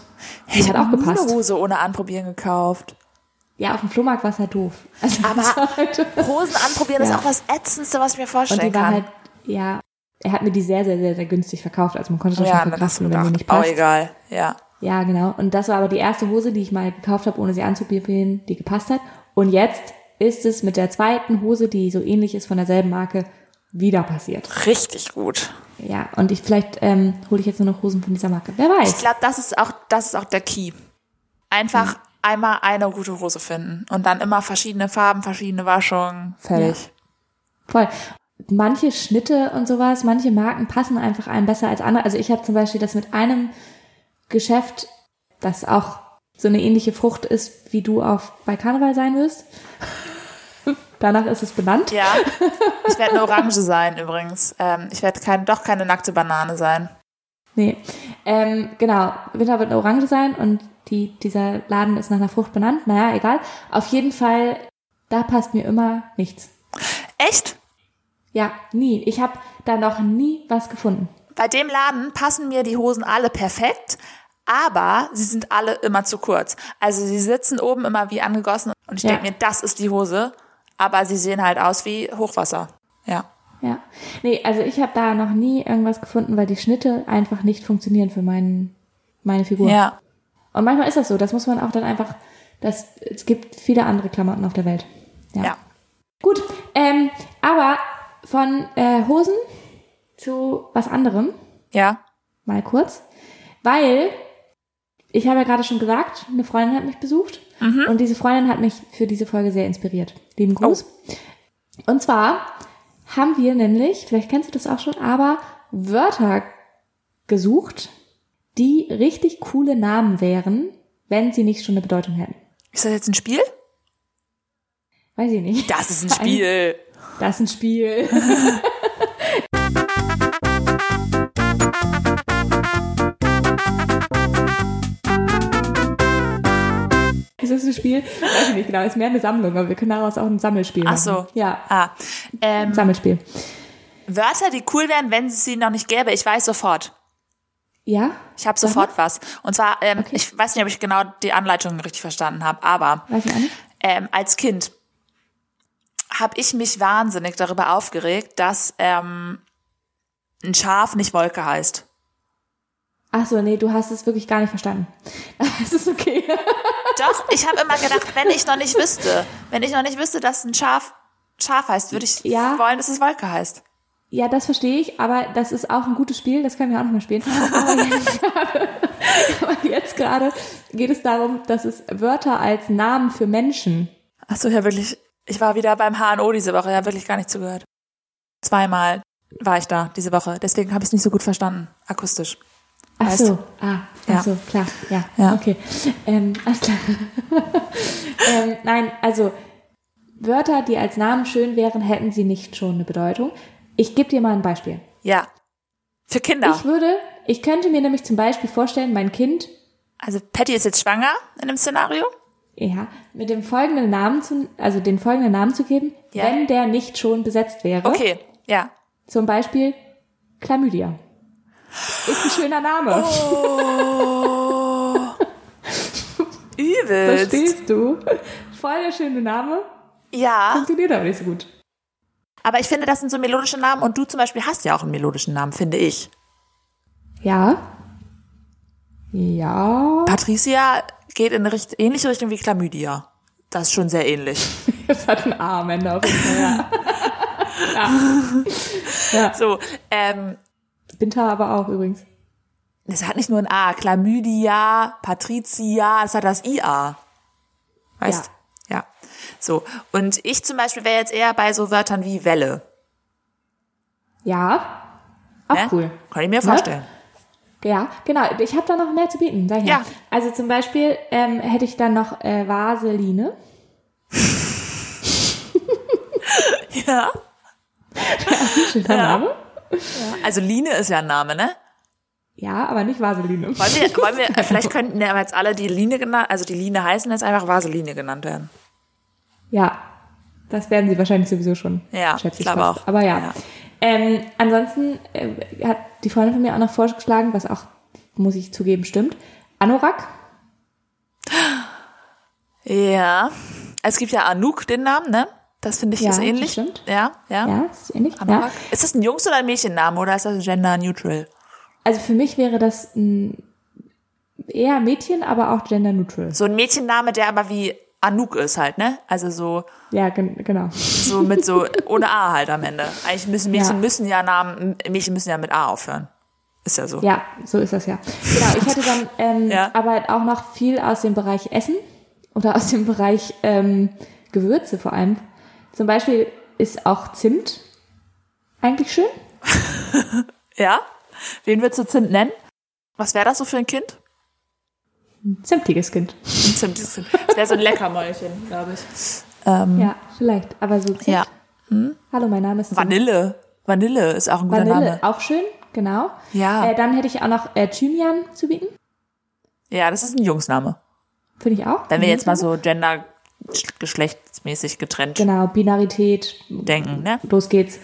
[SPEAKER 1] die
[SPEAKER 2] ich
[SPEAKER 1] hat
[SPEAKER 2] habe
[SPEAKER 1] auch
[SPEAKER 2] Nie eine
[SPEAKER 1] gepasst.
[SPEAKER 2] Hose ohne Anprobieren gekauft.
[SPEAKER 1] Ja, auf dem Flohmarkt war es halt doof. Also
[SPEAKER 2] Aber
[SPEAKER 1] es war halt-
[SPEAKER 2] Hosen anprobieren
[SPEAKER 1] Ja.
[SPEAKER 2] ist auch das Ätzendste, was ich mir
[SPEAKER 1] und
[SPEAKER 2] vorstellen
[SPEAKER 1] die war
[SPEAKER 2] kann.
[SPEAKER 1] halt, ja, er hat mir die sehr, sehr, sehr, sehr günstig verkauft. Also man konnte das
[SPEAKER 2] ja,
[SPEAKER 1] schon
[SPEAKER 2] dann hast du
[SPEAKER 1] verkaufen, wenn sie nicht
[SPEAKER 2] gedacht, oh,
[SPEAKER 1] passt.
[SPEAKER 2] egal. Ja.
[SPEAKER 1] Ja, genau. Und das war aber die erste Hose, die ich mal gekauft habe, ohne sie anzuprobieren, die gepasst hat. Und jetzt ist es mit der zweiten Hose, die so ähnlich ist von derselben Marke, wieder passiert.
[SPEAKER 2] Richtig gut.
[SPEAKER 1] Ja, und ich vielleicht ähm, hole ich jetzt nur noch Hosen von dieser Marke. Wer
[SPEAKER 2] Ich
[SPEAKER 1] weiß.
[SPEAKER 2] glaube, das ist auch, das ist auch der Key.
[SPEAKER 1] Hm.
[SPEAKER 2] Einfach einmal eine gute Hose finden und dann immer verschiedene Farben, verschiedene Waschungen. Fertig.
[SPEAKER 1] Voll. Manche Schnitte und sowas, manche Marken passen einfach einem besser als andere. Also ich habe zum Beispiel das mit einem Geschäft, das auch so eine ähnliche Frucht ist, wie du auf bei Karneval sein wirst. Danach ist es benannt.
[SPEAKER 2] Ja. Ich werde eine Orange sein übrigens. Ähm, ich werde kein, doch keine nackte Banane sein.
[SPEAKER 1] Nee. Ähm, genau, Winter wird eine Orange sein und die, dieser Laden ist nach einer Frucht benannt. Naja, egal. Auf jeden Fall, da passt mir immer nichts.
[SPEAKER 2] Echt?
[SPEAKER 1] Ja, nie. Ich habe da noch nie was gefunden.
[SPEAKER 2] Bei dem Laden passen mir die Hosen alle perfekt, aber sie sind alle immer zu kurz. Also sie sitzen oben immer wie angegossen und ich
[SPEAKER 1] Ja.
[SPEAKER 2] denk denke mir, das ist die Hose, aber sie sehen halt aus wie Hochwasser. Ja.
[SPEAKER 1] Ja. Nee, also ich habe da noch nie irgendwas gefunden, weil die Schnitte einfach nicht funktionieren für meinen, meine Figur.
[SPEAKER 2] Ja.
[SPEAKER 1] Und manchmal ist das so. Das muss man auch dann einfach. Das, es gibt viele andere Klamotten auf der Welt. Ja.
[SPEAKER 2] Ja.
[SPEAKER 1] Gut. Ähm, aber von äh, Hosen zu was anderem,
[SPEAKER 2] Ja.
[SPEAKER 1] mal kurz. Weil, ich habe ja gerade schon gesagt, eine Freundin hat mich besucht. Und diese Freundin hat mich für diese Folge sehr inspiriert. Lieben Gruß. Und zwar haben wir nämlich, vielleicht kennst du das auch schon, aber Wörter gesucht, die richtig coole Namen wären, wenn sie nicht schon eine Bedeutung hätten.
[SPEAKER 2] Ist das jetzt ein Spiel?
[SPEAKER 1] Weiß ich nicht.
[SPEAKER 2] Das ist ein Spiel.
[SPEAKER 1] Das ist ein Spiel. Ist das ein Spiel? Weiß ich nicht genau. Ist mehr eine Sammlung, aber wir können daraus auch ein Sammelspiel machen.
[SPEAKER 2] Ach so.
[SPEAKER 1] Ja,
[SPEAKER 2] Ah.
[SPEAKER 1] ein
[SPEAKER 2] Ähm,
[SPEAKER 1] Sammelspiel.
[SPEAKER 2] Wörter, die cool wären, wenn es sie noch nicht gäbe. Ich weiß sofort.
[SPEAKER 1] Ja?
[SPEAKER 2] Ich habe sofort was. Und zwar, ähm,
[SPEAKER 1] Okay.
[SPEAKER 2] ich weiß nicht, ob ich genau die Anleitung richtig verstanden habe, aber
[SPEAKER 1] Weiß ich auch nicht.
[SPEAKER 2] ähm, als Kind habe ich mich wahnsinnig darüber aufgeregt, dass ähm, ein Schaf nicht Wolke heißt.
[SPEAKER 1] Ach so, nee, du hast es wirklich gar nicht verstanden. Es ist okay.
[SPEAKER 2] Doch, ich habe immer gedacht, wenn ich noch nicht wüsste, wenn ich noch nicht wüsste, dass ein Schaf Schaf heißt, würde ich
[SPEAKER 1] Ja.
[SPEAKER 2] wollen, dass es Wolke heißt.
[SPEAKER 1] Ja, das verstehe ich, aber das ist auch ein gutes Spiel, das können wir auch nochmal spielen. Aber jetzt, gerade- aber jetzt gerade geht es darum, dass es Wörter als Namen für Menschen.
[SPEAKER 2] Ach so, ja wirklich. Ich war wieder beim HNO diese Woche, ja wirklich gar nicht zugehört. Zweimal war ich da diese Woche, deswegen habe ich es nicht so gut verstanden, akustisch.
[SPEAKER 1] Ach
[SPEAKER 2] Weißt
[SPEAKER 1] so, ah, ach
[SPEAKER 2] Ja.
[SPEAKER 1] so, klar, ja,
[SPEAKER 2] Ja.
[SPEAKER 1] okay. Ähm, alles klar. ähm, nein, also Wörter, die als Namen schön wären, hätten sie nicht schon eine Bedeutung. Ich gebe dir mal ein Beispiel.
[SPEAKER 2] Ja. Für Kinder.
[SPEAKER 1] Ich würde, ich könnte mir nämlich zum Beispiel vorstellen, mein Kind
[SPEAKER 2] Also Patty ist jetzt schwanger in dem Szenario.
[SPEAKER 1] Ja, mit dem folgenden Namen zu, also den folgenden Namen zu geben,
[SPEAKER 2] Ja.
[SPEAKER 1] wenn der nicht schon besetzt wäre.
[SPEAKER 2] Okay, ja.
[SPEAKER 1] Zum Beispiel Chlamydia. Ist ein schöner Name.
[SPEAKER 2] Oh. Übelst.
[SPEAKER 1] Verstehst du? Voll der schöne Name.
[SPEAKER 2] Ja,
[SPEAKER 1] Funktioniert aber nicht so gut.
[SPEAKER 2] aber ich finde, das sind so melodische Namen und du zum Beispiel hast ja auch einen melodischen Namen, finde ich.
[SPEAKER 1] Ja. Ja.
[SPEAKER 2] Patricia geht in eine richt ähnliche Richtung wie Chlamydia. Das ist schon sehr ähnlich.
[SPEAKER 1] Es hat einen A am Ende auf jeden Fall. Ja.
[SPEAKER 2] So, ähm,
[SPEAKER 1] Binta aber auch übrigens.
[SPEAKER 2] es hat nicht nur ein A. Chlamydia, Patricia, es hat das IA. Weißt? Ja. ja. So. Und ich zum Beispiel wäre jetzt eher bei so Wörtern wie Welle.
[SPEAKER 1] Ja. Auch
[SPEAKER 2] ne?
[SPEAKER 1] cool.
[SPEAKER 2] Kann ich mir
[SPEAKER 1] Ne?
[SPEAKER 2] vorstellen.
[SPEAKER 1] Ja, genau. Ich habe da noch mehr zu bieten. Sag ich
[SPEAKER 2] Ja.
[SPEAKER 1] ja. Also zum Beispiel ähm, hätte ich dann noch äh, Vaseline.
[SPEAKER 2] Ne? Ja.
[SPEAKER 1] Schöner Name.
[SPEAKER 2] Also Line ist ja ein Name, ne?
[SPEAKER 1] Ja, aber nicht Vaseline.
[SPEAKER 2] Wollen wir, wollen wir,
[SPEAKER 1] Genau.
[SPEAKER 2] äh, vielleicht könnten ja jetzt alle die Line genannt, also die Line heißen jetzt einfach Vaseline genannt werden.
[SPEAKER 1] Ja, das werden sie wahrscheinlich sowieso schon.
[SPEAKER 2] Ja,
[SPEAKER 1] schätze
[SPEAKER 2] ich glaube
[SPEAKER 1] fast.
[SPEAKER 2] auch.
[SPEAKER 1] Aber ja.
[SPEAKER 2] Ja.
[SPEAKER 1] Ähm, ansonsten äh, hat die Freundin von mir auch noch vorgeschlagen, was auch, muss ich zugeben, stimmt. Anorak.
[SPEAKER 2] Ja. Es gibt ja Anouk, den Namen, ne? Das finde ich
[SPEAKER 1] Ja,
[SPEAKER 2] ist ähnlich.
[SPEAKER 1] das stimmt.
[SPEAKER 2] Ja, ja.
[SPEAKER 1] Ja, ist ähnlich. Ja.
[SPEAKER 2] Anouk. Ist das ein Jungs- oder ein Mädchennamen oder ist das gender neutral?
[SPEAKER 1] Also für mich wäre das ein eher Mädchen, aber auch gender neutral.
[SPEAKER 2] So ein Mädchenname, der aber wie Anouk ist halt, ne? Also so,
[SPEAKER 1] Ja, gen genau.
[SPEAKER 2] so mit so, ohne A halt am Ende. Eigentlich müssen Mädchen
[SPEAKER 1] Ja.
[SPEAKER 2] müssen ja Namen, Mädchen müssen ja mit A aufhören. Ist ja so.
[SPEAKER 1] Ja, so ist das ja. Genau, ich hatte dann ähm,
[SPEAKER 2] Ja.
[SPEAKER 1] aber auch noch viel aus dem Bereich Essen oder aus dem Bereich ähm, Gewürze vor allem. Zum Beispiel ist auch Zimt eigentlich schön.
[SPEAKER 2] ja? Wen würdest du Zimt nennen? Was wäre das so für ein Kind?
[SPEAKER 1] Ein Zimtiges Kind.
[SPEAKER 2] Zimt. Das wäre so ein Leckermäulchen, glaube ich. Ähm,
[SPEAKER 1] Ja, vielleicht. Aber so. Zimt.
[SPEAKER 2] Ja.
[SPEAKER 1] Hallo, mein Name ist Zimt.
[SPEAKER 2] Vanille. Vanille ist auch ein guter
[SPEAKER 1] Vanille,
[SPEAKER 2] Name.
[SPEAKER 1] auch schön, genau.
[SPEAKER 2] Ja.
[SPEAKER 1] Äh, dann hätte ich auch noch äh, Thymian zu bieten.
[SPEAKER 2] Ja, das ist ein Jungsname.
[SPEAKER 1] Finde ich auch.
[SPEAKER 2] Wenn wir jetzt mal so gender geschlechtsmäßig getrennt
[SPEAKER 1] Genau, Binarität,
[SPEAKER 2] denken, ne?
[SPEAKER 1] los geht's.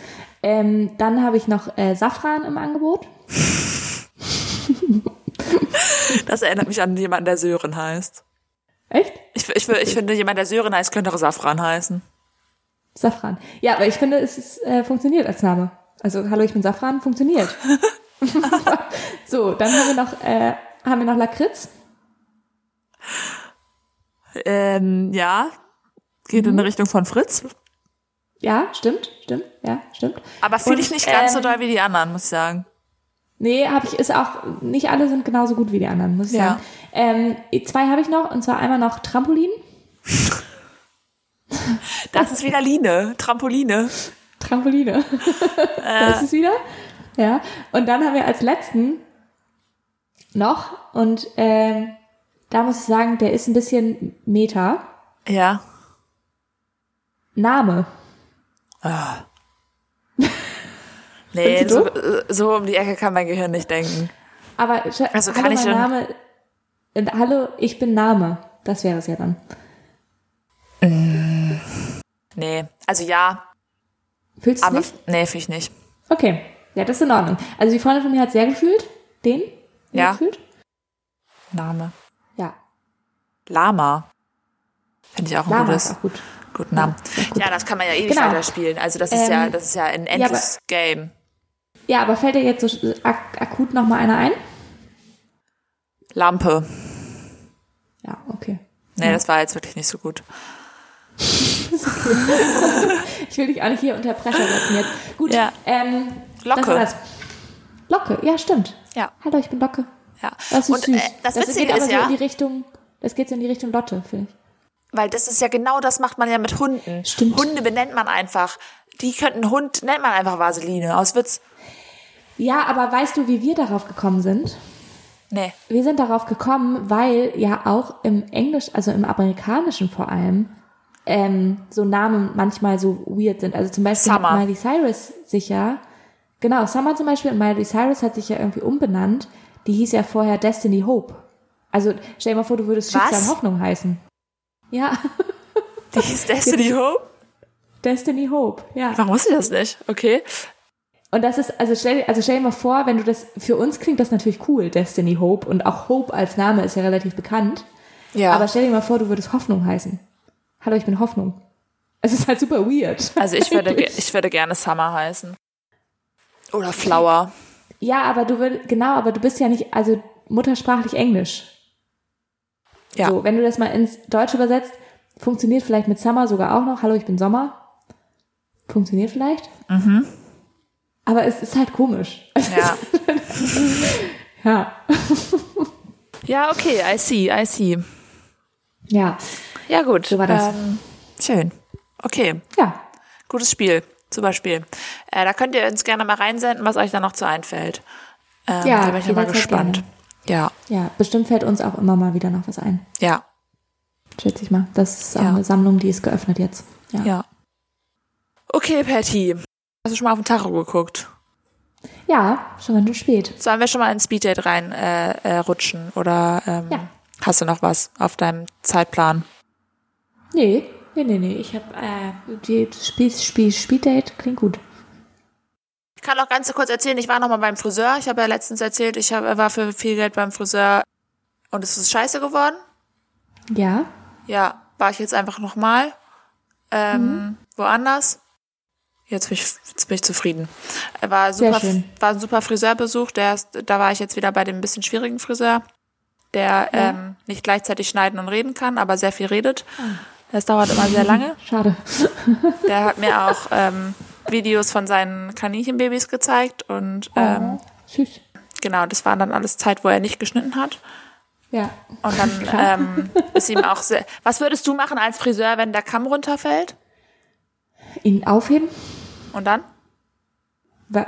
[SPEAKER 1] Ähm, dann habe ich noch äh, Safran im Angebot.
[SPEAKER 2] Das erinnert mich an jemanden, der Sören heißt.
[SPEAKER 1] Echt?
[SPEAKER 2] Ich, ich, ich finde, jemand, der Sören heißt, könnte auch Safran heißen.
[SPEAKER 1] Safran. Ja, aber ich finde, es ist, äh, funktioniert als Name. Also, hallo, ich bin Safran, funktioniert. so, dann haben wir noch, äh, haben wir noch Lakritz.
[SPEAKER 2] Ähm, ja. Geht
[SPEAKER 1] Mhm.
[SPEAKER 2] in die Richtung von Fritz.
[SPEAKER 1] Ja, stimmt, stimmt, ja, stimmt.
[SPEAKER 2] Aber fühle
[SPEAKER 1] Und,
[SPEAKER 2] ich nicht ganz so
[SPEAKER 1] ähm,
[SPEAKER 2] doll wie die anderen, muss ich sagen.
[SPEAKER 1] Nee, habe ich, ist auch, nicht alle sind genauso gut wie die anderen, muss ich
[SPEAKER 2] Ja.
[SPEAKER 1] sagen. Ähm, zwei habe ich noch, und zwar einmal noch Trampolin.
[SPEAKER 2] Das ist wieder Line, Trampoline.
[SPEAKER 1] Trampoline. da ist es wieder. Ja. Und dann haben wir als letzten noch, und ähm, da muss ich sagen, der ist ein bisschen Meta.
[SPEAKER 2] Ja.
[SPEAKER 1] Name.
[SPEAKER 2] Nee,
[SPEAKER 1] Findest du
[SPEAKER 2] so, so um die Ecke kann mein Gehirn nicht denken.
[SPEAKER 1] Aber scha-
[SPEAKER 2] Also kann
[SPEAKER 1] hallo,
[SPEAKER 2] ich
[SPEAKER 1] mein
[SPEAKER 2] dann-
[SPEAKER 1] Name. Und hallo, ich bin Name. Das wäre es ja dann.
[SPEAKER 2] Nee. Also ja,
[SPEAKER 1] Fühlst du
[SPEAKER 2] aber
[SPEAKER 1] nicht?
[SPEAKER 2] nee, finde ich nicht.
[SPEAKER 1] Okay. Ja, das ist in Ordnung. Also die Freundin von mir hat sehr gefühlt. Den? sehr
[SPEAKER 2] Ja.
[SPEAKER 1] Gefühlt.
[SPEAKER 2] Name.
[SPEAKER 1] Ja.
[SPEAKER 2] Lama. Finde ich auch ein
[SPEAKER 1] Lama ist
[SPEAKER 2] gutes,
[SPEAKER 1] auch gut.
[SPEAKER 2] guten Namen.
[SPEAKER 1] gut.
[SPEAKER 2] Ja, das kann man ja ewig
[SPEAKER 1] Genau.
[SPEAKER 2] weiterspielen. Also das ist
[SPEAKER 1] Ähm,
[SPEAKER 2] ja, das ist ja ein
[SPEAKER 1] aber-
[SPEAKER 2] endloses Game.
[SPEAKER 1] Ja, aber fällt dir jetzt so äh, ak akut nochmal einer ein?
[SPEAKER 2] Lampe.
[SPEAKER 1] Ja, okay.
[SPEAKER 2] Nee, das war jetzt wirklich nicht so gut.
[SPEAKER 1] Ich will dich auch nicht hier unter Pressure setzen jetzt. Gut,
[SPEAKER 2] Ja.
[SPEAKER 1] ähm,
[SPEAKER 2] Locke.
[SPEAKER 1] Das war's. Locke, ja, stimmt.
[SPEAKER 2] Ja.
[SPEAKER 1] Hallo, ich bin Locke.
[SPEAKER 2] Ja.
[SPEAKER 1] Das ist
[SPEAKER 2] Und
[SPEAKER 1] süß.
[SPEAKER 2] äh, das, Witzige
[SPEAKER 1] geht aber
[SPEAKER 2] ist
[SPEAKER 1] so
[SPEAKER 2] ja,
[SPEAKER 1] in die Richtung, das geht so in die Richtung Lotte, finde ich.
[SPEAKER 2] weil das ist ja genau das macht man ja mit Hunden.
[SPEAKER 1] Stimmt.
[SPEAKER 2] Hunde benennt man einfach. Die könnten Hund nennt man einfach Vaseline. Aus Witz.
[SPEAKER 1] Ja, aber weißt du, wie wir darauf gekommen sind?
[SPEAKER 2] Nee.
[SPEAKER 1] Wir sind darauf gekommen, weil ja auch im Englisch, also im Amerikanischen vor allem, ähm, so Namen manchmal so weird sind. Also zum Beispiel
[SPEAKER 2] Summer.
[SPEAKER 1] hat Miley Cyrus sich ja, genau, Summer zum Beispiel, und Miley Cyrus hat sich ja irgendwie umbenannt. Die hieß ja vorher Destiny Hope. Also stell dir mal vor, du würdest
[SPEAKER 2] Was?
[SPEAKER 1] Schicksal Hoffnung heißen. Ja,
[SPEAKER 2] Die hieß Destiny Hope.
[SPEAKER 1] Destiny Hope, ja.
[SPEAKER 2] Warum wusste ich das nicht? Okay.
[SPEAKER 1] Und das ist, also stell, also stell dir mal vor, wenn du das, für uns klingt das natürlich cool, Destiny Hope. Und auch Hope als Name ist ja relativ bekannt.
[SPEAKER 2] Ja.
[SPEAKER 1] Aber stell dir mal vor, du würdest Hoffnung heißen. Hallo, ich bin Hoffnung. Es ist halt super weird.
[SPEAKER 2] also ich würde, ge- ich würde gerne Summer heißen. Oder Flower.
[SPEAKER 1] Ja, aber du würdest, genau, aber du bist ja nicht, also muttersprachlich Englisch.
[SPEAKER 2] Ja.
[SPEAKER 1] So, wenn du das mal ins Deutsche übersetzt, funktioniert vielleicht mit Summer sogar auch noch. Hallo, ich bin Sommer. Funktioniert vielleicht. Mhm. Aber es ist halt komisch.
[SPEAKER 2] Ja.
[SPEAKER 1] Ja.
[SPEAKER 2] ja, okay. I see. I see.
[SPEAKER 1] Ja.
[SPEAKER 2] Ja, gut.
[SPEAKER 1] So war das.
[SPEAKER 2] Ähm, schön. Okay.
[SPEAKER 1] Ja.
[SPEAKER 2] Gutes Spiel. Super Spiel. Äh, da könnt ihr uns gerne mal reinsenden, was euch da noch zu einfällt. Ähm,
[SPEAKER 1] Ja,
[SPEAKER 2] Da bin ich ja mal
[SPEAKER 1] jederzeit
[SPEAKER 2] gespannt. Ja.
[SPEAKER 1] Ja, bestimmt fällt uns auch immer mal wieder noch was ein.
[SPEAKER 2] Ja.
[SPEAKER 1] Schätze ich mal. Das ist auch
[SPEAKER 2] Ja.
[SPEAKER 1] eine Sammlung, die ist geöffnet jetzt. Ja.
[SPEAKER 2] Ja. Okay, Patty. Hast du schon mal auf den Tacho geguckt?
[SPEAKER 1] ja, schon ganz schön spät.
[SPEAKER 2] Sollen wir schon mal ins Speeddate rein äh, äh, rutschen? Oder ähm,
[SPEAKER 1] Ja.
[SPEAKER 2] hast du noch was auf deinem Zeitplan?
[SPEAKER 1] Nee, nee, nee, nee. Ich habe äh, die Spiel, Spiel, Spieldate klingt gut.
[SPEAKER 2] Ich kann auch ganz kurz erzählen, ich war noch mal beim Friseur. Ich habe ja letztens erzählt, ich hab, war für viel Geld beim Friseur und es ist scheiße geworden.
[SPEAKER 1] Ja.
[SPEAKER 2] Ja, war ich jetzt einfach noch mal ähm, woanders. Jetzt bin, ich, jetzt bin ich zufrieden. Äh, War
[SPEAKER 1] Sehr
[SPEAKER 2] super,
[SPEAKER 1] schön.
[SPEAKER 2] war ein super Friseurbesuch. Der ist, da war ich jetzt wieder bei dem bisschen schwierigen Friseur, der ähm, nicht gleichzeitig schneiden und reden kann, aber sehr viel redet. Ah. Das dauert immer sehr lange.
[SPEAKER 1] Schade.
[SPEAKER 2] Der hat mir auch ähm, Videos von seinen Kaninchenbabys gezeigt und ähm,
[SPEAKER 1] Süß.
[SPEAKER 2] genau, das war dann alles Zeit, wo er nicht geschnitten hat.
[SPEAKER 1] Ja.
[SPEAKER 2] Und dann
[SPEAKER 1] Klar.
[SPEAKER 2] ähm, ist ihm auch sehr. Was würdest du machen als Friseur, wenn der Kamm runterfällt?
[SPEAKER 1] Ihn aufheben?
[SPEAKER 2] Und dann?
[SPEAKER 1] Wa-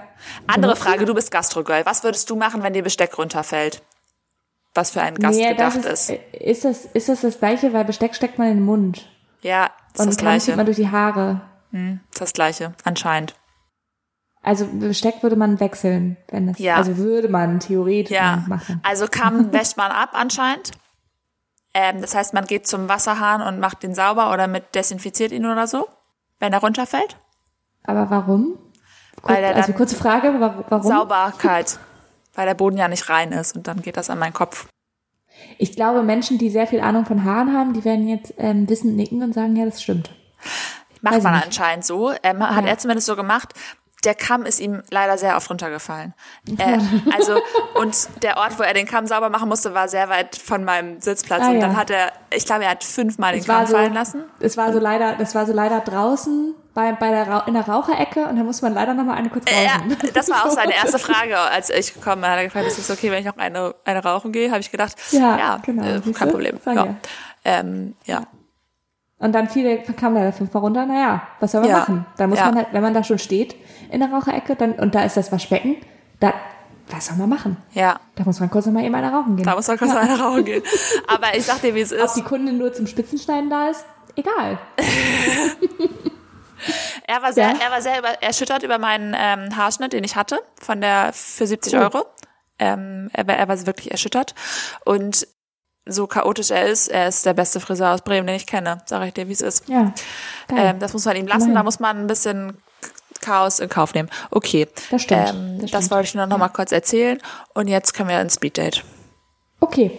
[SPEAKER 2] Andere
[SPEAKER 1] benutzen?
[SPEAKER 2] Frage, du bist Gastrogirl. Was würdest du machen, wenn dir Besteck runterfällt? Was für einen Gast
[SPEAKER 1] Nee,
[SPEAKER 2] gedacht
[SPEAKER 1] das äh, ist. Ist
[SPEAKER 2] ist.
[SPEAKER 1] das, ist das das gleiche, weil Besteck steckt man in den Mund.
[SPEAKER 2] Ja, das
[SPEAKER 1] und Kamm
[SPEAKER 2] Gleiche.
[SPEAKER 1] zieht man durch die Haare.
[SPEAKER 2] Hm, ist das Gleiche, anscheinend.
[SPEAKER 1] Also Besteck würde man wechseln, wenn das.
[SPEAKER 2] Ja.
[SPEAKER 1] Also würde man theoretisch
[SPEAKER 2] Ja.
[SPEAKER 1] machen.
[SPEAKER 2] Also Kamm wäscht man ab anscheinend. Ähm, das heißt, man geht zum Wasserhahn und macht den sauber oder mit desinfiziert ihn oder so, wenn er runterfällt.
[SPEAKER 1] Aber warum? Kur
[SPEAKER 2] Weil er
[SPEAKER 1] also
[SPEAKER 2] dann-
[SPEAKER 1] kurze Frage, wa- warum?
[SPEAKER 2] Sauberkeit, weil der Boden ja nicht rein ist und dann geht das an meinen Kopf.
[SPEAKER 1] Ich glaube, Menschen, die sehr viel Ahnung von Haaren haben, die werden jetzt ähm, wissend nicken und sagen, ja, das stimmt.
[SPEAKER 2] Macht
[SPEAKER 1] Weiß ich
[SPEAKER 2] man
[SPEAKER 1] nicht.
[SPEAKER 2] anscheinend so. Ähm, hat
[SPEAKER 1] Ja.
[SPEAKER 2] er zumindest so gemacht. Der Kamm ist ihm leider sehr oft runtergefallen. Äh, also, und der Ort, wo er den Kamm sauber machen musste, war sehr weit von meinem Sitzplatz.
[SPEAKER 1] Ah,
[SPEAKER 2] und
[SPEAKER 1] ja.
[SPEAKER 2] dann hat er, ich glaube, er hat fünfmal den
[SPEAKER 1] Es war
[SPEAKER 2] Kamm
[SPEAKER 1] so,
[SPEAKER 2] fallen lassen.
[SPEAKER 1] es war so leider, das war so leider draußen bei, bei der Rau- in der Raucherecke und da musste man leider noch mal eine kurz rauchen.
[SPEAKER 2] Äh, Ja, das war auch
[SPEAKER 1] So.
[SPEAKER 2] seine erste Frage, als ich gekommen bin. Hat er gefragt, ist es okay, wenn ich noch eine, eine rauchen gehe? Habe ich gedacht, ja,
[SPEAKER 1] Ja, genau,
[SPEAKER 2] äh,
[SPEAKER 1] siehst
[SPEAKER 2] kein
[SPEAKER 1] du?
[SPEAKER 2] Problem.
[SPEAKER 1] Sag
[SPEAKER 2] Ja.
[SPEAKER 1] ja.
[SPEAKER 2] Ähm, ja.
[SPEAKER 1] Und dann fiel der, kam leider fünfmal runter. Naja, was soll man
[SPEAKER 2] Ja.
[SPEAKER 1] machen? Dann muss
[SPEAKER 2] Ja.
[SPEAKER 1] man halt, wenn man da schon steht in der Raucherecke, dann und da ist das Waschbecken, da was soll man machen?
[SPEAKER 2] ja,
[SPEAKER 1] Da muss man kurz noch mal eben eine rauchen gehen.
[SPEAKER 2] da muss man kurz eine rauchen gehen. Aber ich sag dir, wie es
[SPEAKER 1] Ob
[SPEAKER 2] ist.
[SPEAKER 1] die Kundin nur zum Spitzenschneiden da ist, egal.
[SPEAKER 2] Er war sehr,
[SPEAKER 1] Ja.
[SPEAKER 2] er war sehr über, erschüttert über meinen ähm, Haarschnitt, den ich hatte, von der für
[SPEAKER 1] Oh.
[SPEAKER 2] 70 Euro. Ähm, er, war- er war wirklich erschüttert. Und so chaotisch er ist, er ist der beste Friseur aus Bremen, den ich kenne. Sag ich dir, wie es ist.
[SPEAKER 1] Ja, geil.
[SPEAKER 2] Ähm, das muss man ihm lassen,
[SPEAKER 1] Immerhin.
[SPEAKER 2] da muss man ein bisschen Chaos in Kauf nehmen. Okay.
[SPEAKER 1] Das stimmt,
[SPEAKER 2] Ähm, das
[SPEAKER 1] das stimmt.
[SPEAKER 2] wollte ich nur noch mal kurz erzählen. Und jetzt können wir ins Speeddate.
[SPEAKER 1] okay.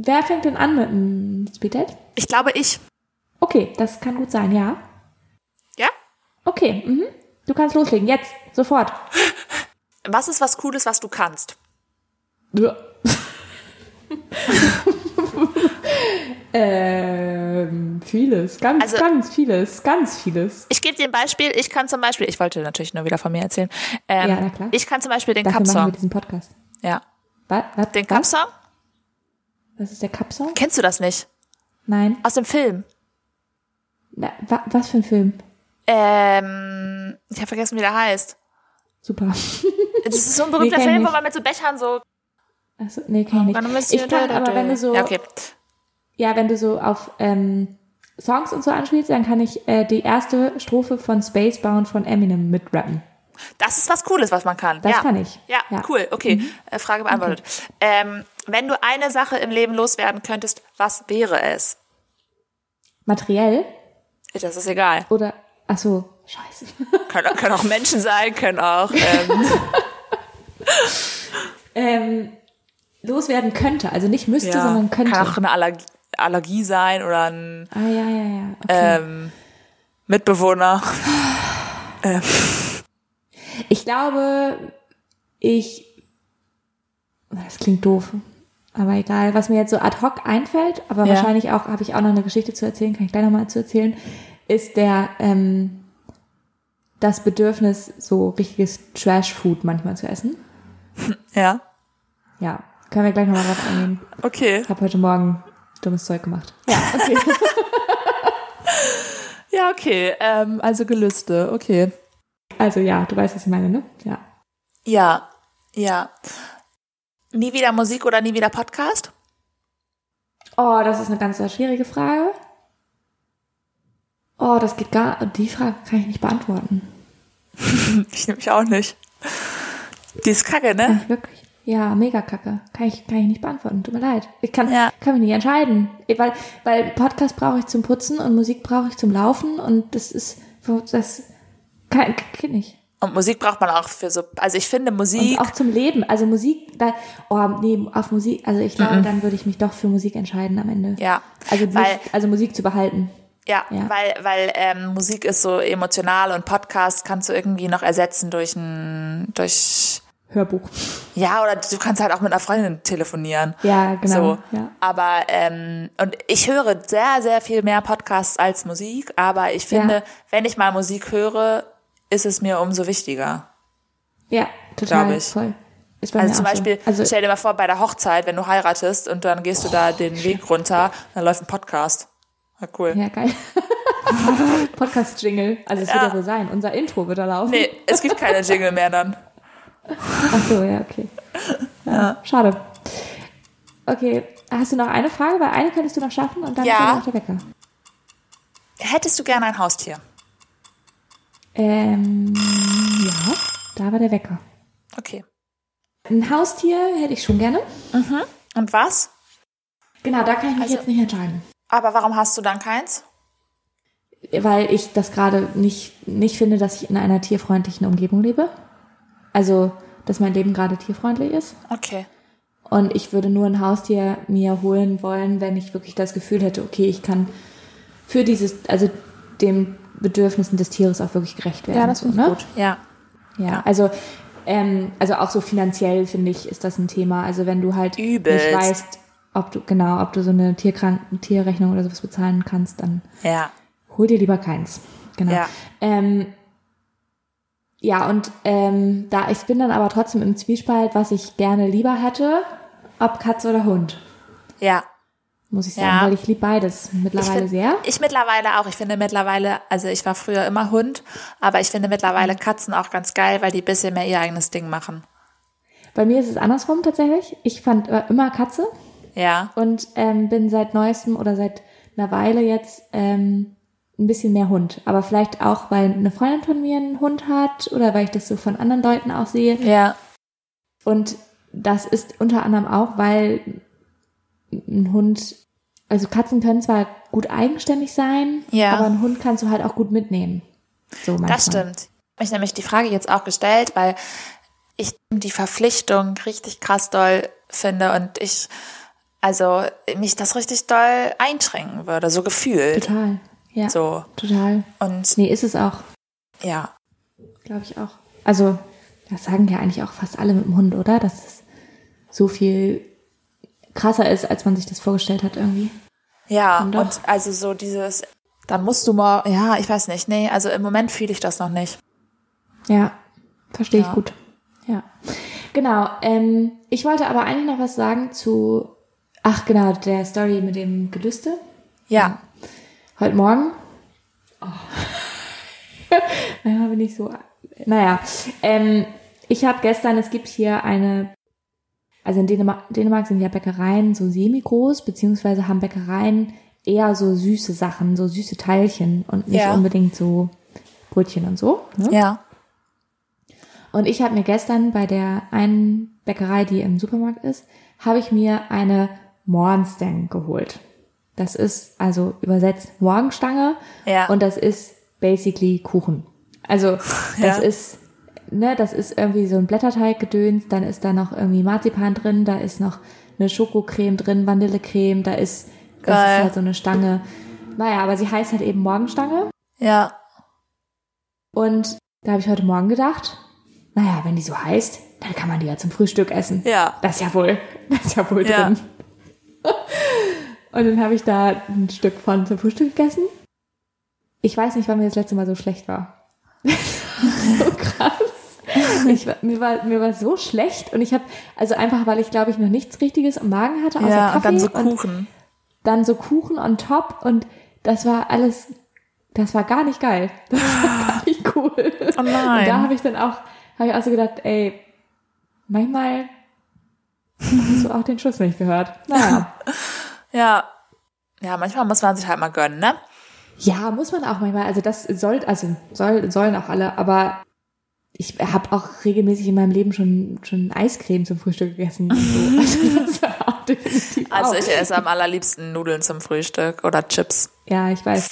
[SPEAKER 1] Wer fängt denn an mit dem Speeddate?
[SPEAKER 2] Ich glaube, ich.
[SPEAKER 1] Okay, das kann gut sein, ja.
[SPEAKER 2] Ja?
[SPEAKER 1] Okay, mhm. du kannst loslegen, jetzt, sofort.
[SPEAKER 2] Was ist was Cooles, was du kannst?
[SPEAKER 1] ähm, vieles, ganz,
[SPEAKER 2] Also-
[SPEAKER 1] ganz vieles, ganz vieles.
[SPEAKER 2] Ich gebe dir ein Beispiel. Ich kann zum Beispiel, ich wollte natürlich nur wieder von mir erzählen. Ähm,
[SPEAKER 1] Ja, na klar.
[SPEAKER 2] Ich kann zum Beispiel den
[SPEAKER 1] Dafür machen wir
[SPEAKER 2] Cup-Song.
[SPEAKER 1] diesen Podcast.
[SPEAKER 2] Ja.
[SPEAKER 1] Was? Was?
[SPEAKER 2] Den
[SPEAKER 1] was?
[SPEAKER 2] Cup-Song?
[SPEAKER 1] was ist der Cup-Song?
[SPEAKER 2] Kennst du das nicht?
[SPEAKER 1] Nein.
[SPEAKER 2] Aus dem Film.
[SPEAKER 1] Na, wa was für ein Film?
[SPEAKER 2] Ähm, ich habe vergessen, wie der heißt.
[SPEAKER 1] Super.
[SPEAKER 2] Das ist so ein berühmter
[SPEAKER 1] kenn
[SPEAKER 2] Film, wo
[SPEAKER 1] nicht.
[SPEAKER 2] man mit so Bechern so...
[SPEAKER 1] Achso, nee, kann ich
[SPEAKER 2] Wann
[SPEAKER 1] nicht.
[SPEAKER 2] müsst ihr-
[SPEAKER 1] Ich kann aber, wenn du so,
[SPEAKER 2] Ja, okay.
[SPEAKER 1] ja, wenn du so auf ähm, Songs und so anspielst, dann kann ich äh, die erste Strophe von Spacebound von Eminem mitrappen.
[SPEAKER 2] Das ist was Cooles, was man kann.
[SPEAKER 1] Das
[SPEAKER 2] ja.
[SPEAKER 1] kann ich.
[SPEAKER 2] Ja,
[SPEAKER 1] Ja. Mhm.
[SPEAKER 2] cool. Okay, Äh, Frage beantwortet. Ähm, wenn du eine Sache im Leben loswerden könntest, was wäre es?
[SPEAKER 1] Materiell
[SPEAKER 2] Das ist egal.
[SPEAKER 1] oder, achso, scheiße.
[SPEAKER 2] Können, können auch Menschen sein, können auch. Ähm,
[SPEAKER 1] ähm, loswerden könnte, also nicht müsste, sondern könnte.
[SPEAKER 2] Kann auch eine Allergie, Allergie sein oder ein
[SPEAKER 1] Ah, ja, ja, ja. Okay.
[SPEAKER 2] ähm, Mitbewohner.
[SPEAKER 1] Ich glaube, ich. Das klingt doof. Aber egal, was mir jetzt so ad hoc einfällt, aber
[SPEAKER 2] Ja.
[SPEAKER 1] wahrscheinlich auch, habe ich auch noch eine Geschichte zu erzählen, kann ich gleich nochmal zu erzählen, ist der, ähm, das Bedürfnis, so richtiges Trash-Food manchmal zu essen.
[SPEAKER 2] Ja.
[SPEAKER 1] Ja, können wir gleich nochmal drauf eingehen.
[SPEAKER 2] Okay.
[SPEAKER 1] Ich habe heute Morgen dummes Zeug gemacht. Ja, okay.
[SPEAKER 2] Ja, okay. Ähm, also Gelüste. Okay.
[SPEAKER 1] also ja, du weißt, was ich meine, ne? Ja.
[SPEAKER 2] Ja. Ja. Nie wieder Musik oder nie wieder Podcast?
[SPEAKER 1] Oh, das ist eine ganz sehr schwierige Frage. Oh, das geht gar. Die Frage kann ich nicht beantworten.
[SPEAKER 2] Ich nehme mich auch nicht. Die ist kacke, ne?
[SPEAKER 1] Kann ich wirklich. Ja, mega kacke. Kann ich, kann ich nicht beantworten. Tut mir leid. Ich kann,
[SPEAKER 2] Ja.
[SPEAKER 1] kann mich nicht entscheiden. Eh, Weil, weil Podcast brauche ich zum Putzen und Musik brauche ich zum Laufen und das ist. Das kann, kann ich.
[SPEAKER 2] Und Musik braucht man auch für so, also ich finde Musik,
[SPEAKER 1] Und auch zum Leben. Also Musik, da, oh, nee, auf Musik, also ich glaube, dann würde ich mich doch für Musik entscheiden am Ende.
[SPEAKER 2] Mhm. Ja,
[SPEAKER 1] Also, nicht,
[SPEAKER 2] weil-
[SPEAKER 1] also Musik zu behalten.
[SPEAKER 2] ja,
[SPEAKER 1] ja.
[SPEAKER 2] weil, weil ähm, Musik ist so emotional und Podcast kannst du irgendwie noch ersetzen durch ein, durch,
[SPEAKER 1] Hörbuch.
[SPEAKER 2] ja, oder du kannst halt auch mit einer Freundin telefonieren.
[SPEAKER 1] Ja, genau.
[SPEAKER 2] So.
[SPEAKER 1] Ja.
[SPEAKER 2] Aber, ähm, und ich höre sehr, sehr viel mehr Podcasts als Musik, aber ich finde,
[SPEAKER 1] Ja.
[SPEAKER 2] wenn ich mal Musik höre, ist es mir umso wichtiger.
[SPEAKER 1] Ja, total.
[SPEAKER 2] Glaub ich.
[SPEAKER 1] Voll. Ist bei
[SPEAKER 2] Also
[SPEAKER 1] mir
[SPEAKER 2] zum
[SPEAKER 1] auch
[SPEAKER 2] Beispiel,
[SPEAKER 1] So. Also, Oh,
[SPEAKER 2] stell dir mal vor, bei der Hochzeit, wenn du heiratest und dann gehst du da den Weg runter, dann läuft ein Podcast. Ja, cool.
[SPEAKER 1] ja, geil. Podcast-Jingle. Also, es
[SPEAKER 2] Ja.
[SPEAKER 1] wird ja so sein. Unser Intro wird da laufen.
[SPEAKER 2] Nee, es gibt keine Jingle mehr dann.
[SPEAKER 1] Ach so, ja, okay. Ja, Schade. Okay, hast du noch eine Frage? Weil eine könntest du noch schaffen und dann
[SPEAKER 2] Ja.
[SPEAKER 1] kommt noch der Wecker.
[SPEAKER 2] Hättest du gerne ein Haustier?
[SPEAKER 1] Ähm, ja, da war der Wecker.
[SPEAKER 2] Okay.
[SPEAKER 1] Ein Haustier hätte ich schon gerne.
[SPEAKER 2] Und was?
[SPEAKER 1] Genau, da kann ich mich
[SPEAKER 2] Also-
[SPEAKER 1] jetzt nicht entscheiden.
[SPEAKER 2] Aber warum hast du dann keins?
[SPEAKER 1] Weil ich das gerade nicht, nicht finde, dass ich in einer tierfreundlichen Umgebung lebe. Also, dass mein Leben gerade tierfreundlich ist.
[SPEAKER 2] Okay.
[SPEAKER 1] Und ich würde nur ein Haustier mir holen wollen, wenn ich wirklich das Gefühl hätte, okay, ich kann für dieses, also dem Bedürfnissen des Tieres auch wirklich gerecht werden. so, ne?
[SPEAKER 2] Ja.
[SPEAKER 1] Ja, also, ähm, also auch so finanziell finde ich, ist das ein Thema. Also wenn du halt
[SPEAKER 2] Übelst.
[SPEAKER 1] nicht weißt, ob du, genau, ob du so eine Tierkranken Tierrechnung oder sowas bezahlen kannst, dann
[SPEAKER 2] Ja.
[SPEAKER 1] hol dir lieber keins. Genau.
[SPEAKER 2] Ja.
[SPEAKER 1] Ähm, ja, und ähm, da ich bin dann aber trotzdem im Zwiespalt, was ich gerne lieber hätte, ob Katze oder Hund,
[SPEAKER 2] Ja.
[SPEAKER 1] muss ich sagen,
[SPEAKER 2] Ja.
[SPEAKER 1] weil ich liebe beides mittlerweile
[SPEAKER 2] ich find-
[SPEAKER 1] sehr.
[SPEAKER 2] Ich mittlerweile auch. Ich finde mittlerweile, also ich war früher immer Hund, aber ich finde mittlerweile
[SPEAKER 1] Mhm.
[SPEAKER 2] Katzen auch ganz geil, weil die ein bisschen mehr ihr eigenes Ding machen.
[SPEAKER 1] Bei mir ist es andersrum tatsächlich. Ich fand äh, immer Katze
[SPEAKER 2] Ja.
[SPEAKER 1] und ähm, bin seit neuestem oder seit einer Weile jetzt ähm, ein bisschen mehr Hund. Aber vielleicht auch, weil eine Freundin von mir einen Hund hat oder weil ich das so von anderen Leuten auch sehe.
[SPEAKER 2] Ja.
[SPEAKER 1] Und das ist unter anderem auch, weil ein Hund, also Katzen können zwar gut eigenständig sein,
[SPEAKER 2] Ja.
[SPEAKER 1] aber einen Hund kannst du halt auch gut mitnehmen. So manchmal.
[SPEAKER 2] Das stimmt. Ich habe nämlich die Frage jetzt auch gestellt, weil ich die Verpflichtung richtig krass doll finde und ich, also mich das richtig doll einschränken würde, so gefühlt.
[SPEAKER 1] Total. Ja.
[SPEAKER 2] So.
[SPEAKER 1] Total.
[SPEAKER 2] Und
[SPEAKER 1] Nee, ist es auch,
[SPEAKER 2] ja,
[SPEAKER 1] glaube ich auch. Also, das sagen ja eigentlich auch fast alle mit dem Hund, oder? Dass es so viel krasser ist, als man sich das vorgestellt hat irgendwie.
[SPEAKER 2] ja.
[SPEAKER 1] Und
[SPEAKER 2] Und,
[SPEAKER 1] doch.
[SPEAKER 2] also so dieses, dann musst du mal, ja, ich weiß nicht. Nee, also im Moment fühle ich das noch nicht.
[SPEAKER 1] Ja, verstehe
[SPEAKER 2] Ja.
[SPEAKER 1] ich gut. Ja. Genau. Ähm, ich wollte aber eigentlich noch was sagen zu, ach genau, der Story mit dem Gelüste.
[SPEAKER 2] Ja.
[SPEAKER 1] Heute Morgen. Oh. naja, bin ich so. Naja. Ähm, ich habe gestern, es gibt hier eine, also in Dänemark, Dänemark sind ja Bäckereien so semi-groß, beziehungsweise haben Bäckereien eher so süße Sachen, so süße Teilchen und nicht
[SPEAKER 2] Ja.
[SPEAKER 1] unbedingt so Brötchen und so. Ne?
[SPEAKER 2] Ja.
[SPEAKER 1] Und ich habe mir gestern bei der einen Bäckerei, die im Supermarkt ist, habe ich mir eine Morgenstange geholt. Das ist also übersetzt Morgenstange
[SPEAKER 2] Ja.
[SPEAKER 1] und das ist basically Kuchen. Also das
[SPEAKER 2] Ja.
[SPEAKER 1] ist ne, das ist irgendwie so ein Blätterteiggedöns, dann ist da noch irgendwie Marzipan drin, da ist noch eine Schokocreme drin, Vanillecreme, da ist das
[SPEAKER 2] Geil.
[SPEAKER 1] ist halt so eine Stange. Naja, aber sie heißt halt eben Morgenstange.
[SPEAKER 2] Ja.
[SPEAKER 1] Und da habe ich heute Morgen gedacht, naja, wenn die so heißt, dann kann man die ja zum Frühstück essen.
[SPEAKER 2] Ja.
[SPEAKER 1] Das ist ja wohl, das ist ja wohl
[SPEAKER 2] Ja.
[SPEAKER 1] drin. Und dann habe ich da ein Stück von zum Frühstück gegessen. Ich weiß nicht, wann mir das letzte Mal so schlecht war. so krass. Ich, war- mir, war, mir war so schlecht und ich habe, also einfach, weil ich glaube ich noch nichts Richtiges im Magen hatte, außer
[SPEAKER 2] Ja.
[SPEAKER 1] Kaffee
[SPEAKER 2] Also Und dann so Kuchen.
[SPEAKER 1] dann so Kuchen on top und das war alles, das war gar nicht geil. Das war gar nicht cool.
[SPEAKER 2] Oh nein.
[SPEAKER 1] Und da habe ich dann auch, habe ich auch so gedacht, ey, manchmal hast du auch den Schuss nicht gehört. Naja.
[SPEAKER 2] ja. Ja, manchmal muss man sich halt mal gönnen, ne?
[SPEAKER 1] ja, muss man auch manchmal, also das soll, also soll, sollen auch alle, aber ich habe auch regelmäßig in meinem Leben schon, schon Eiscreme zum Frühstück gegessen. Und so. Also das war auch definitiv
[SPEAKER 2] Also
[SPEAKER 1] auch.
[SPEAKER 2] ich esse am allerliebsten Nudeln zum Frühstück oder Chips.
[SPEAKER 1] ja, ich weiß.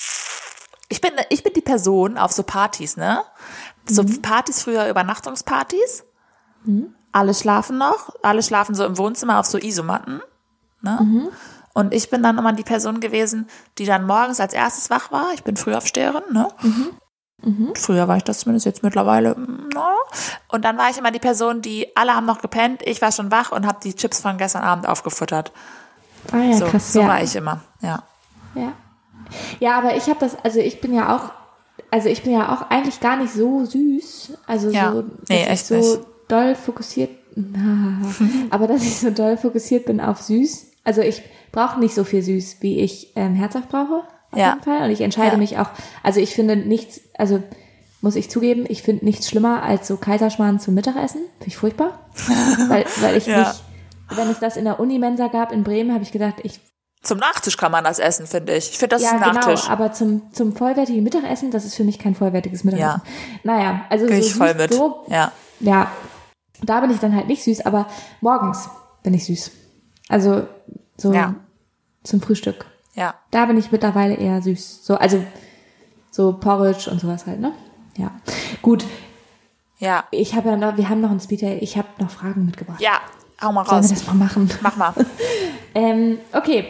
[SPEAKER 2] Ich bin, ich bin die Person auf so Partys, ne? So
[SPEAKER 1] Mhm.
[SPEAKER 2] Partys früher, Übernachtungspartys. Alle schlafen noch. Alle schlafen so im Wohnzimmer auf so Isomatten. Ne?
[SPEAKER 1] Mhm.
[SPEAKER 2] Und ich bin dann immer die Person gewesen, die dann morgens als erstes wach war. Ich bin Frühaufsteherin, ne?
[SPEAKER 1] Mhm.
[SPEAKER 2] Früher war ich das zumindest, jetzt mittlerweile. mm, Na. Und dann war ich immer die Person, die alle haben noch gepennt. Ich war schon wach und habe die Chips von gestern Abend aufgefuttert.
[SPEAKER 1] Ah ja,
[SPEAKER 2] so
[SPEAKER 1] krass.
[SPEAKER 2] so
[SPEAKER 1] ja.
[SPEAKER 2] war ich immer, ja.
[SPEAKER 1] Ja. Ja, aber ich habe das, also ich bin ja auch, also ich bin ja auch eigentlich gar nicht so süß. Also
[SPEAKER 2] Ja.
[SPEAKER 1] so,
[SPEAKER 2] Nee,
[SPEAKER 1] dass
[SPEAKER 2] echt
[SPEAKER 1] ich so
[SPEAKER 2] nicht.
[SPEAKER 1] doll fokussiert. Na, aber dass ich so doll fokussiert bin auf süß. Also ich brauche nicht so viel süß, wie ich ähm, herzhaft brauche. Auf
[SPEAKER 2] Ja.
[SPEAKER 1] jeden Fall. Und ich entscheide
[SPEAKER 2] Ja.
[SPEAKER 1] mich auch, also ich finde nichts, also muss ich zugeben, ich finde nichts schlimmer als so Kaiserschmarrn zum Mittagessen. Finde ich furchtbar. weil, weil ich
[SPEAKER 2] Ja.
[SPEAKER 1] mich, wenn es das in der Unimensa gab in Bremen, habe ich gedacht, ich
[SPEAKER 2] Zum Nachtisch kann man das essen, finde ich. Ich finde, das
[SPEAKER 1] ja,
[SPEAKER 2] ist ein Nachtisch.
[SPEAKER 1] genau, aber zum, zum vollwertigen Mittagessen, das ist für mich kein vollwertiges Mittagessen. Naja, also
[SPEAKER 2] Gehe
[SPEAKER 1] so
[SPEAKER 2] ich voll
[SPEAKER 1] süß,
[SPEAKER 2] mit.
[SPEAKER 1] so,
[SPEAKER 2] Ja.
[SPEAKER 1] ja, da bin ich dann halt nicht süß, aber morgens bin ich süß. Also so
[SPEAKER 2] Ja.
[SPEAKER 1] zum Frühstück.
[SPEAKER 2] Ja.
[SPEAKER 1] Da bin ich mittlerweile eher süß. So, also so Porridge und sowas halt, ne? Ja. Gut,
[SPEAKER 2] Ja.
[SPEAKER 1] ich habe ja noch, wir haben noch ein Speedtail, ich habe noch Fragen mitgebracht.
[SPEAKER 2] Ja. Hau mal
[SPEAKER 1] Sollen wir
[SPEAKER 2] raus.
[SPEAKER 1] das mal machen?
[SPEAKER 2] Mach mal.
[SPEAKER 1] Ähm, okay.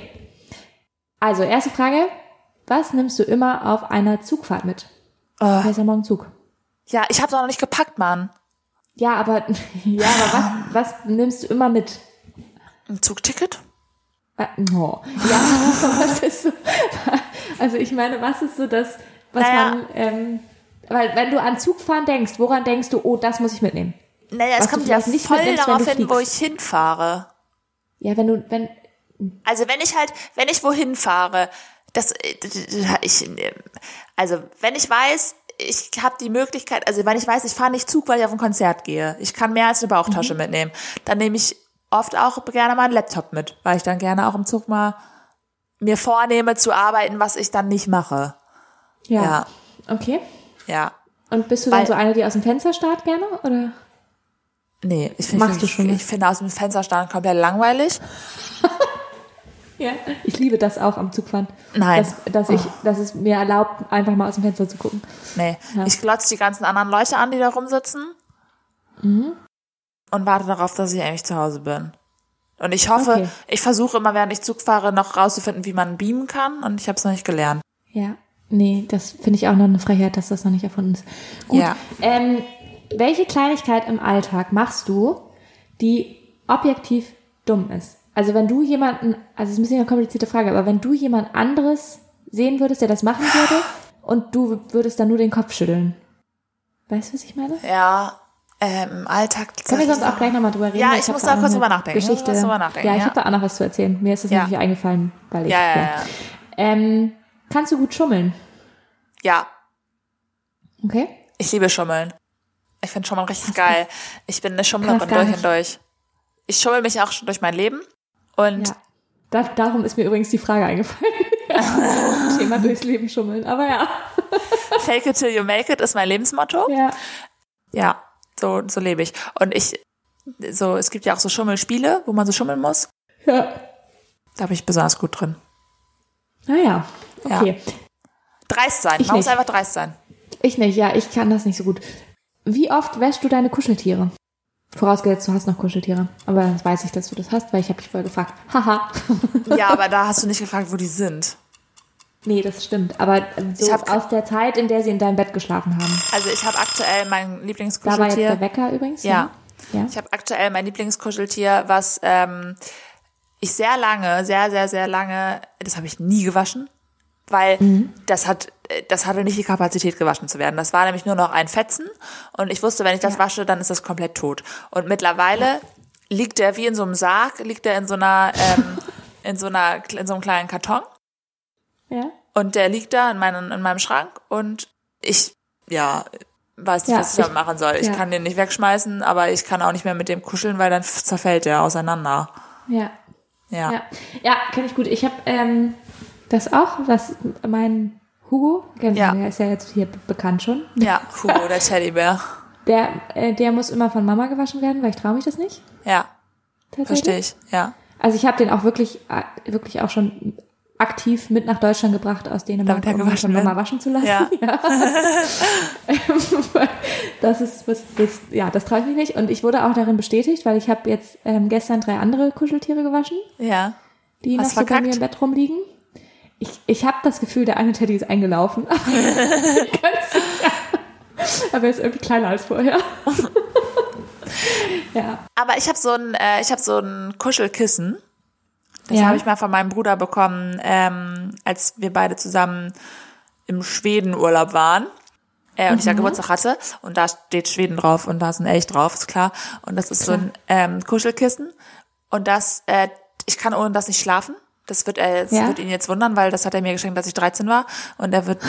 [SPEAKER 1] Also, erste Frage. Was nimmst du immer auf einer Zugfahrt mit?
[SPEAKER 2] Oh.
[SPEAKER 1] Da ist ja morgen Zug.
[SPEAKER 2] Ja, ich hab's noch nicht gepackt, Mann.
[SPEAKER 1] Ja, aber, ja, aber was, was nimmst du immer mit?
[SPEAKER 2] Ein Zugticket?
[SPEAKER 1] Äh, no. Ja, aber was ist so, also ich meine, was ist so das, was
[SPEAKER 2] Naja.
[SPEAKER 1] man, ähm, weil wenn du an Zugfahren denkst, woran denkst du, oh, das muss ich mitnehmen?
[SPEAKER 2] Naja,
[SPEAKER 1] Was
[SPEAKER 2] es
[SPEAKER 1] du
[SPEAKER 2] kommt ja
[SPEAKER 1] vielleicht nicht
[SPEAKER 2] voll
[SPEAKER 1] mitnimmst, wenn
[SPEAKER 2] darauf
[SPEAKER 1] du
[SPEAKER 2] hin, wo ich
[SPEAKER 1] fliegst.
[SPEAKER 2] hinfahre.
[SPEAKER 1] Ja, wenn du, wenn,
[SPEAKER 2] Also wenn ich halt, wenn ich wohin fahre, das äh, ich äh, also wenn ich weiß, ich habe die Möglichkeit, also wenn ich weiß, ich fahre nicht Zug, weil ich auf ein Konzert gehe. Ich kann mehr als eine Bauchtasche mitnehmen. Dann nehme ich oft auch gerne mal einen Laptop mit, weil ich dann gerne auch im Zug mal mir vornehme zu arbeiten, was ich dann nicht mache.
[SPEAKER 1] ja.
[SPEAKER 2] Ja.
[SPEAKER 1] Okay.
[SPEAKER 2] Ja.
[SPEAKER 1] Und bist du dann
[SPEAKER 2] Weil-
[SPEAKER 1] so eine, die aus dem Fenster starrt gerne, oder?
[SPEAKER 2] Nee, ich finde
[SPEAKER 1] Machst du schon
[SPEAKER 2] ich,
[SPEAKER 1] nicht.
[SPEAKER 2] ich finde aus dem Fenster starren komplett langweilig.
[SPEAKER 1] Ja. Ich liebe das auch am Zugfahren.
[SPEAKER 2] Nein. Oh.
[SPEAKER 1] Dass, dass ich, dass es mir erlaubt, einfach mal aus dem Fenster zu gucken.
[SPEAKER 2] Nee, ich glotze die ganzen anderen Leute an, die da rumsitzen. Mhm. Und warte darauf, dass ich eigentlich zu Hause bin. Und ich hoffe,
[SPEAKER 1] Okay.
[SPEAKER 2] ich versuche immer, während ich Zug fahre, noch rauszufinden, wie man beamen kann. Und ich habe es noch nicht gelernt.
[SPEAKER 1] Ja. Nee, das finde ich auch noch eine Frechheit, dass das noch nicht erfunden ist. Gut.
[SPEAKER 2] Ja.
[SPEAKER 1] Ähm, welche Kleinigkeit im Alltag machst du, die objektiv dumm ist? Also wenn du jemanden, also es ist ein bisschen eine komplizierte Frage, aber wenn du jemand anderes sehen würdest, der das machen würde, und du würdest dann nur den Kopf schütteln. Weißt du, was ich meine?
[SPEAKER 2] Ja, ähm, im Alltag.
[SPEAKER 1] Können wir sonst auch gleich nochmal drüber reden?
[SPEAKER 2] Ja,
[SPEAKER 1] weil
[SPEAKER 2] ich
[SPEAKER 1] hab
[SPEAKER 2] muss da
[SPEAKER 1] auch
[SPEAKER 2] kurz
[SPEAKER 1] noch
[SPEAKER 2] drüber
[SPEAKER 1] eine
[SPEAKER 2] nachdenken. Ich muss
[SPEAKER 1] Geschichte.
[SPEAKER 2] kurz drüber nachdenken,
[SPEAKER 1] ja, ich
[SPEAKER 2] ja.
[SPEAKER 1] habe da auch noch was zu erzählen. Mir ist das
[SPEAKER 2] Ja.
[SPEAKER 1] nämlich eingefallen, weil ich.
[SPEAKER 2] Ja, ja, ja.
[SPEAKER 1] Ähm, kannst du gut schummeln?
[SPEAKER 2] Ja,
[SPEAKER 1] Okay.
[SPEAKER 2] ich liebe Schummeln. Ich finde Schummeln richtig geil. Ich bin eine
[SPEAKER 1] Krass,
[SPEAKER 2] Schummlerin
[SPEAKER 1] gar
[SPEAKER 2] durch
[SPEAKER 1] nicht.
[SPEAKER 2] und durch. Ich schummel mich auch schon durch mein Leben. Und
[SPEAKER 1] Ja. Da, darum ist mir übrigens die Frage eingefallen. Thema durchs Leben schummeln. Aber ja.
[SPEAKER 2] fake it till you make it ist mein Lebensmotto.
[SPEAKER 1] Ja.
[SPEAKER 2] Ja, so, so lebe ich. Und ich, so, es gibt ja auch so Schummelspiele, wo man so schummeln muss.
[SPEAKER 1] ja.
[SPEAKER 2] Da bin ich besonders gut drin.
[SPEAKER 1] Naja.
[SPEAKER 2] Ja.
[SPEAKER 1] Okay.
[SPEAKER 2] Dreist sein.
[SPEAKER 1] Ich
[SPEAKER 2] man muss
[SPEAKER 1] nicht.
[SPEAKER 2] einfach dreist sein.
[SPEAKER 1] Ich nicht. Ja, ich kann das nicht so gut. Wie oft wäschst du deine Kuscheltiere? Vorausgesetzt, du hast noch Kuscheltiere. Aber das weiß ich, dass du das hast, weil ich habe dich vorher gefragt. Haha.
[SPEAKER 2] Ja, aber da hast du nicht gefragt, wo die sind.
[SPEAKER 1] Nee, das stimmt. Aber ähm, so
[SPEAKER 2] Ich hab-
[SPEAKER 1] aus der Zeit, in der sie in deinem Bett geschlafen haben.
[SPEAKER 2] Also ich habe aktuell mein
[SPEAKER 1] Da war jetzt der
[SPEAKER 2] Lieblingskuscheltier.
[SPEAKER 1] Wecker übrigens.
[SPEAKER 2] Ja.
[SPEAKER 1] ne? Ja.
[SPEAKER 2] Ich habe aktuell mein Lieblingskuscheltier, was ähm, ich sehr lange, sehr, sehr, sehr lange, das habe ich nie gewaschen, weil das hat, äh, das hatte nicht die Kapazität, gewaschen zu werden. Das war nämlich nur noch ein Fetzen und ich wusste, wenn ich das wasche, dann ist das komplett tot. Und mittlerweile liegt der wie in so einem Sarg, liegt der in so einer, ähm, in so einer, in so einem kleinen Karton
[SPEAKER 1] ja.
[SPEAKER 2] und der liegt da in meinem, in meinem Schrank und ich, ja, weiß nicht,
[SPEAKER 1] Ja,
[SPEAKER 2] was ich damit
[SPEAKER 1] ich-
[SPEAKER 2] machen soll. Ich
[SPEAKER 1] ja.
[SPEAKER 2] kann den nicht wegschmeißen, aber ich kann auch nicht mehr mit dem kuscheln, weil dann f- zerfällt der auseinander.
[SPEAKER 1] Ja.
[SPEAKER 2] Ja.
[SPEAKER 1] Ja, ja kenne ich gut. Ich habe ähm, das auch, dass mein Hugo, kennt
[SPEAKER 2] Ja.
[SPEAKER 1] man, der ist ja jetzt hier be- bekannt schon,
[SPEAKER 2] Ja, Hugo, der Teddybär.
[SPEAKER 1] der, äh, der muss immer von Mama gewaschen werden, weil ich traue mich das nicht.
[SPEAKER 2] Ja,
[SPEAKER 1] Tatsächlich.
[SPEAKER 2] verstehe ich. Ja.
[SPEAKER 1] Also ich habe den auch wirklich, äh, wirklich auch schon aktiv mit nach Deutschland gebracht aus Dänemark,
[SPEAKER 2] Damit er
[SPEAKER 1] um ihn
[SPEAKER 2] gewaschen
[SPEAKER 1] von
[SPEAKER 2] wird.
[SPEAKER 1] Mama waschen zu lassen.
[SPEAKER 2] Ja.
[SPEAKER 1] das ist was, das, ja, das traue ich mich nicht. Und ich wurde auch darin bestätigt, weil ich habe jetzt ähm, gestern drei andere Kuscheltiere gewaschen.
[SPEAKER 2] Ja.
[SPEAKER 1] die
[SPEAKER 2] Hast
[SPEAKER 1] noch so bei
[SPEAKER 2] verkackt?
[SPEAKER 1] mir im Bett rumliegen. Ich, ich habe das Gefühl, der eine Teddy ist eingelaufen. Ganz sicher. Aber er ist irgendwie kleiner als vorher. ja.
[SPEAKER 2] Aber ich habe so ein, äh, ich habe so ein Kuschelkissen. Das
[SPEAKER 1] Ja.
[SPEAKER 2] habe ich mal von meinem Bruder bekommen, ähm, als wir beide zusammen im Schwedenurlaub waren. Äh, und ich da
[SPEAKER 1] Mhm.
[SPEAKER 2] Geburtstag hatte. Und da steht Schweden drauf und da ist ein Elch drauf, ist klar. Und das ist so ein ähm, Kuschelkissen. Und das, äh, ich kann ohne das nicht schlafen. Das wird, er, das
[SPEAKER 1] Ja.
[SPEAKER 2] wird ihn jetzt wundern, weil das hat er mir geschenkt, als ich 13 war. Und er wird,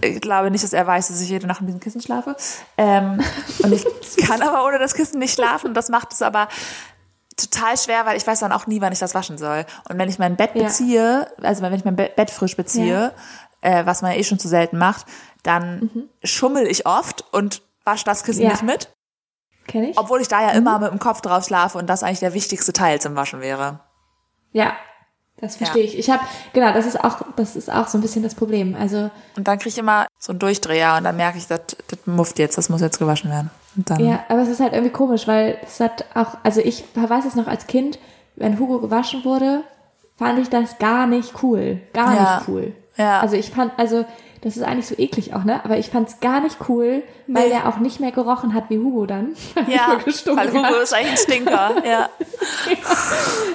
[SPEAKER 2] äh, ich glaube nicht, dass er weiß, dass ich jede Nacht mit diesem Kissen schlafe. Ähm, und ich kann aber ohne das Kissen nicht schlafen. Das macht es aber total schwer, weil ich weiß dann auch nie, wann ich das waschen soll. Und wenn ich mein Bett
[SPEAKER 1] Ja.
[SPEAKER 2] beziehe, also wenn ich mein Be Bett frisch beziehe, äh, was man eh schon zu selten macht, dann schummel ich oft und wasche das Kissen
[SPEAKER 1] Mhm. Ja. Mhm.
[SPEAKER 2] nicht mit.
[SPEAKER 1] Kenn ich?
[SPEAKER 2] Obwohl ich da ja immer mit dem Kopf drauf schlafe und das eigentlich der wichtigste Teil zum Waschen wäre.
[SPEAKER 1] ja, das verstehe ich. Ich habe, genau, das ist auch, das ist auch so ein bisschen das Problem. Also
[SPEAKER 2] Und dann kriege ich immer so einen Durchdreher und dann merke ich, das, das mufft jetzt, das muss jetzt gewaschen werden. Und dann,
[SPEAKER 1] Ja, aber es ist halt irgendwie komisch, weil es hat auch, also ich weiß es noch als Kind, wenn Hugo gewaschen wurde, fand ich das gar nicht cool. Gar
[SPEAKER 2] Ja.
[SPEAKER 1] nicht cool.
[SPEAKER 2] Ja.
[SPEAKER 1] Also ich fand, also das ist eigentlich so eklig auch, ne? Aber ich fand es gar nicht cool, weil
[SPEAKER 2] Nee.
[SPEAKER 1] der auch nicht mehr gerochen hat wie Hugo dann.
[SPEAKER 2] ja
[SPEAKER 1] Hugo gestunken
[SPEAKER 2] weil Hugo
[SPEAKER 1] hat.
[SPEAKER 2] ist eigentlich ein Stinker. ja.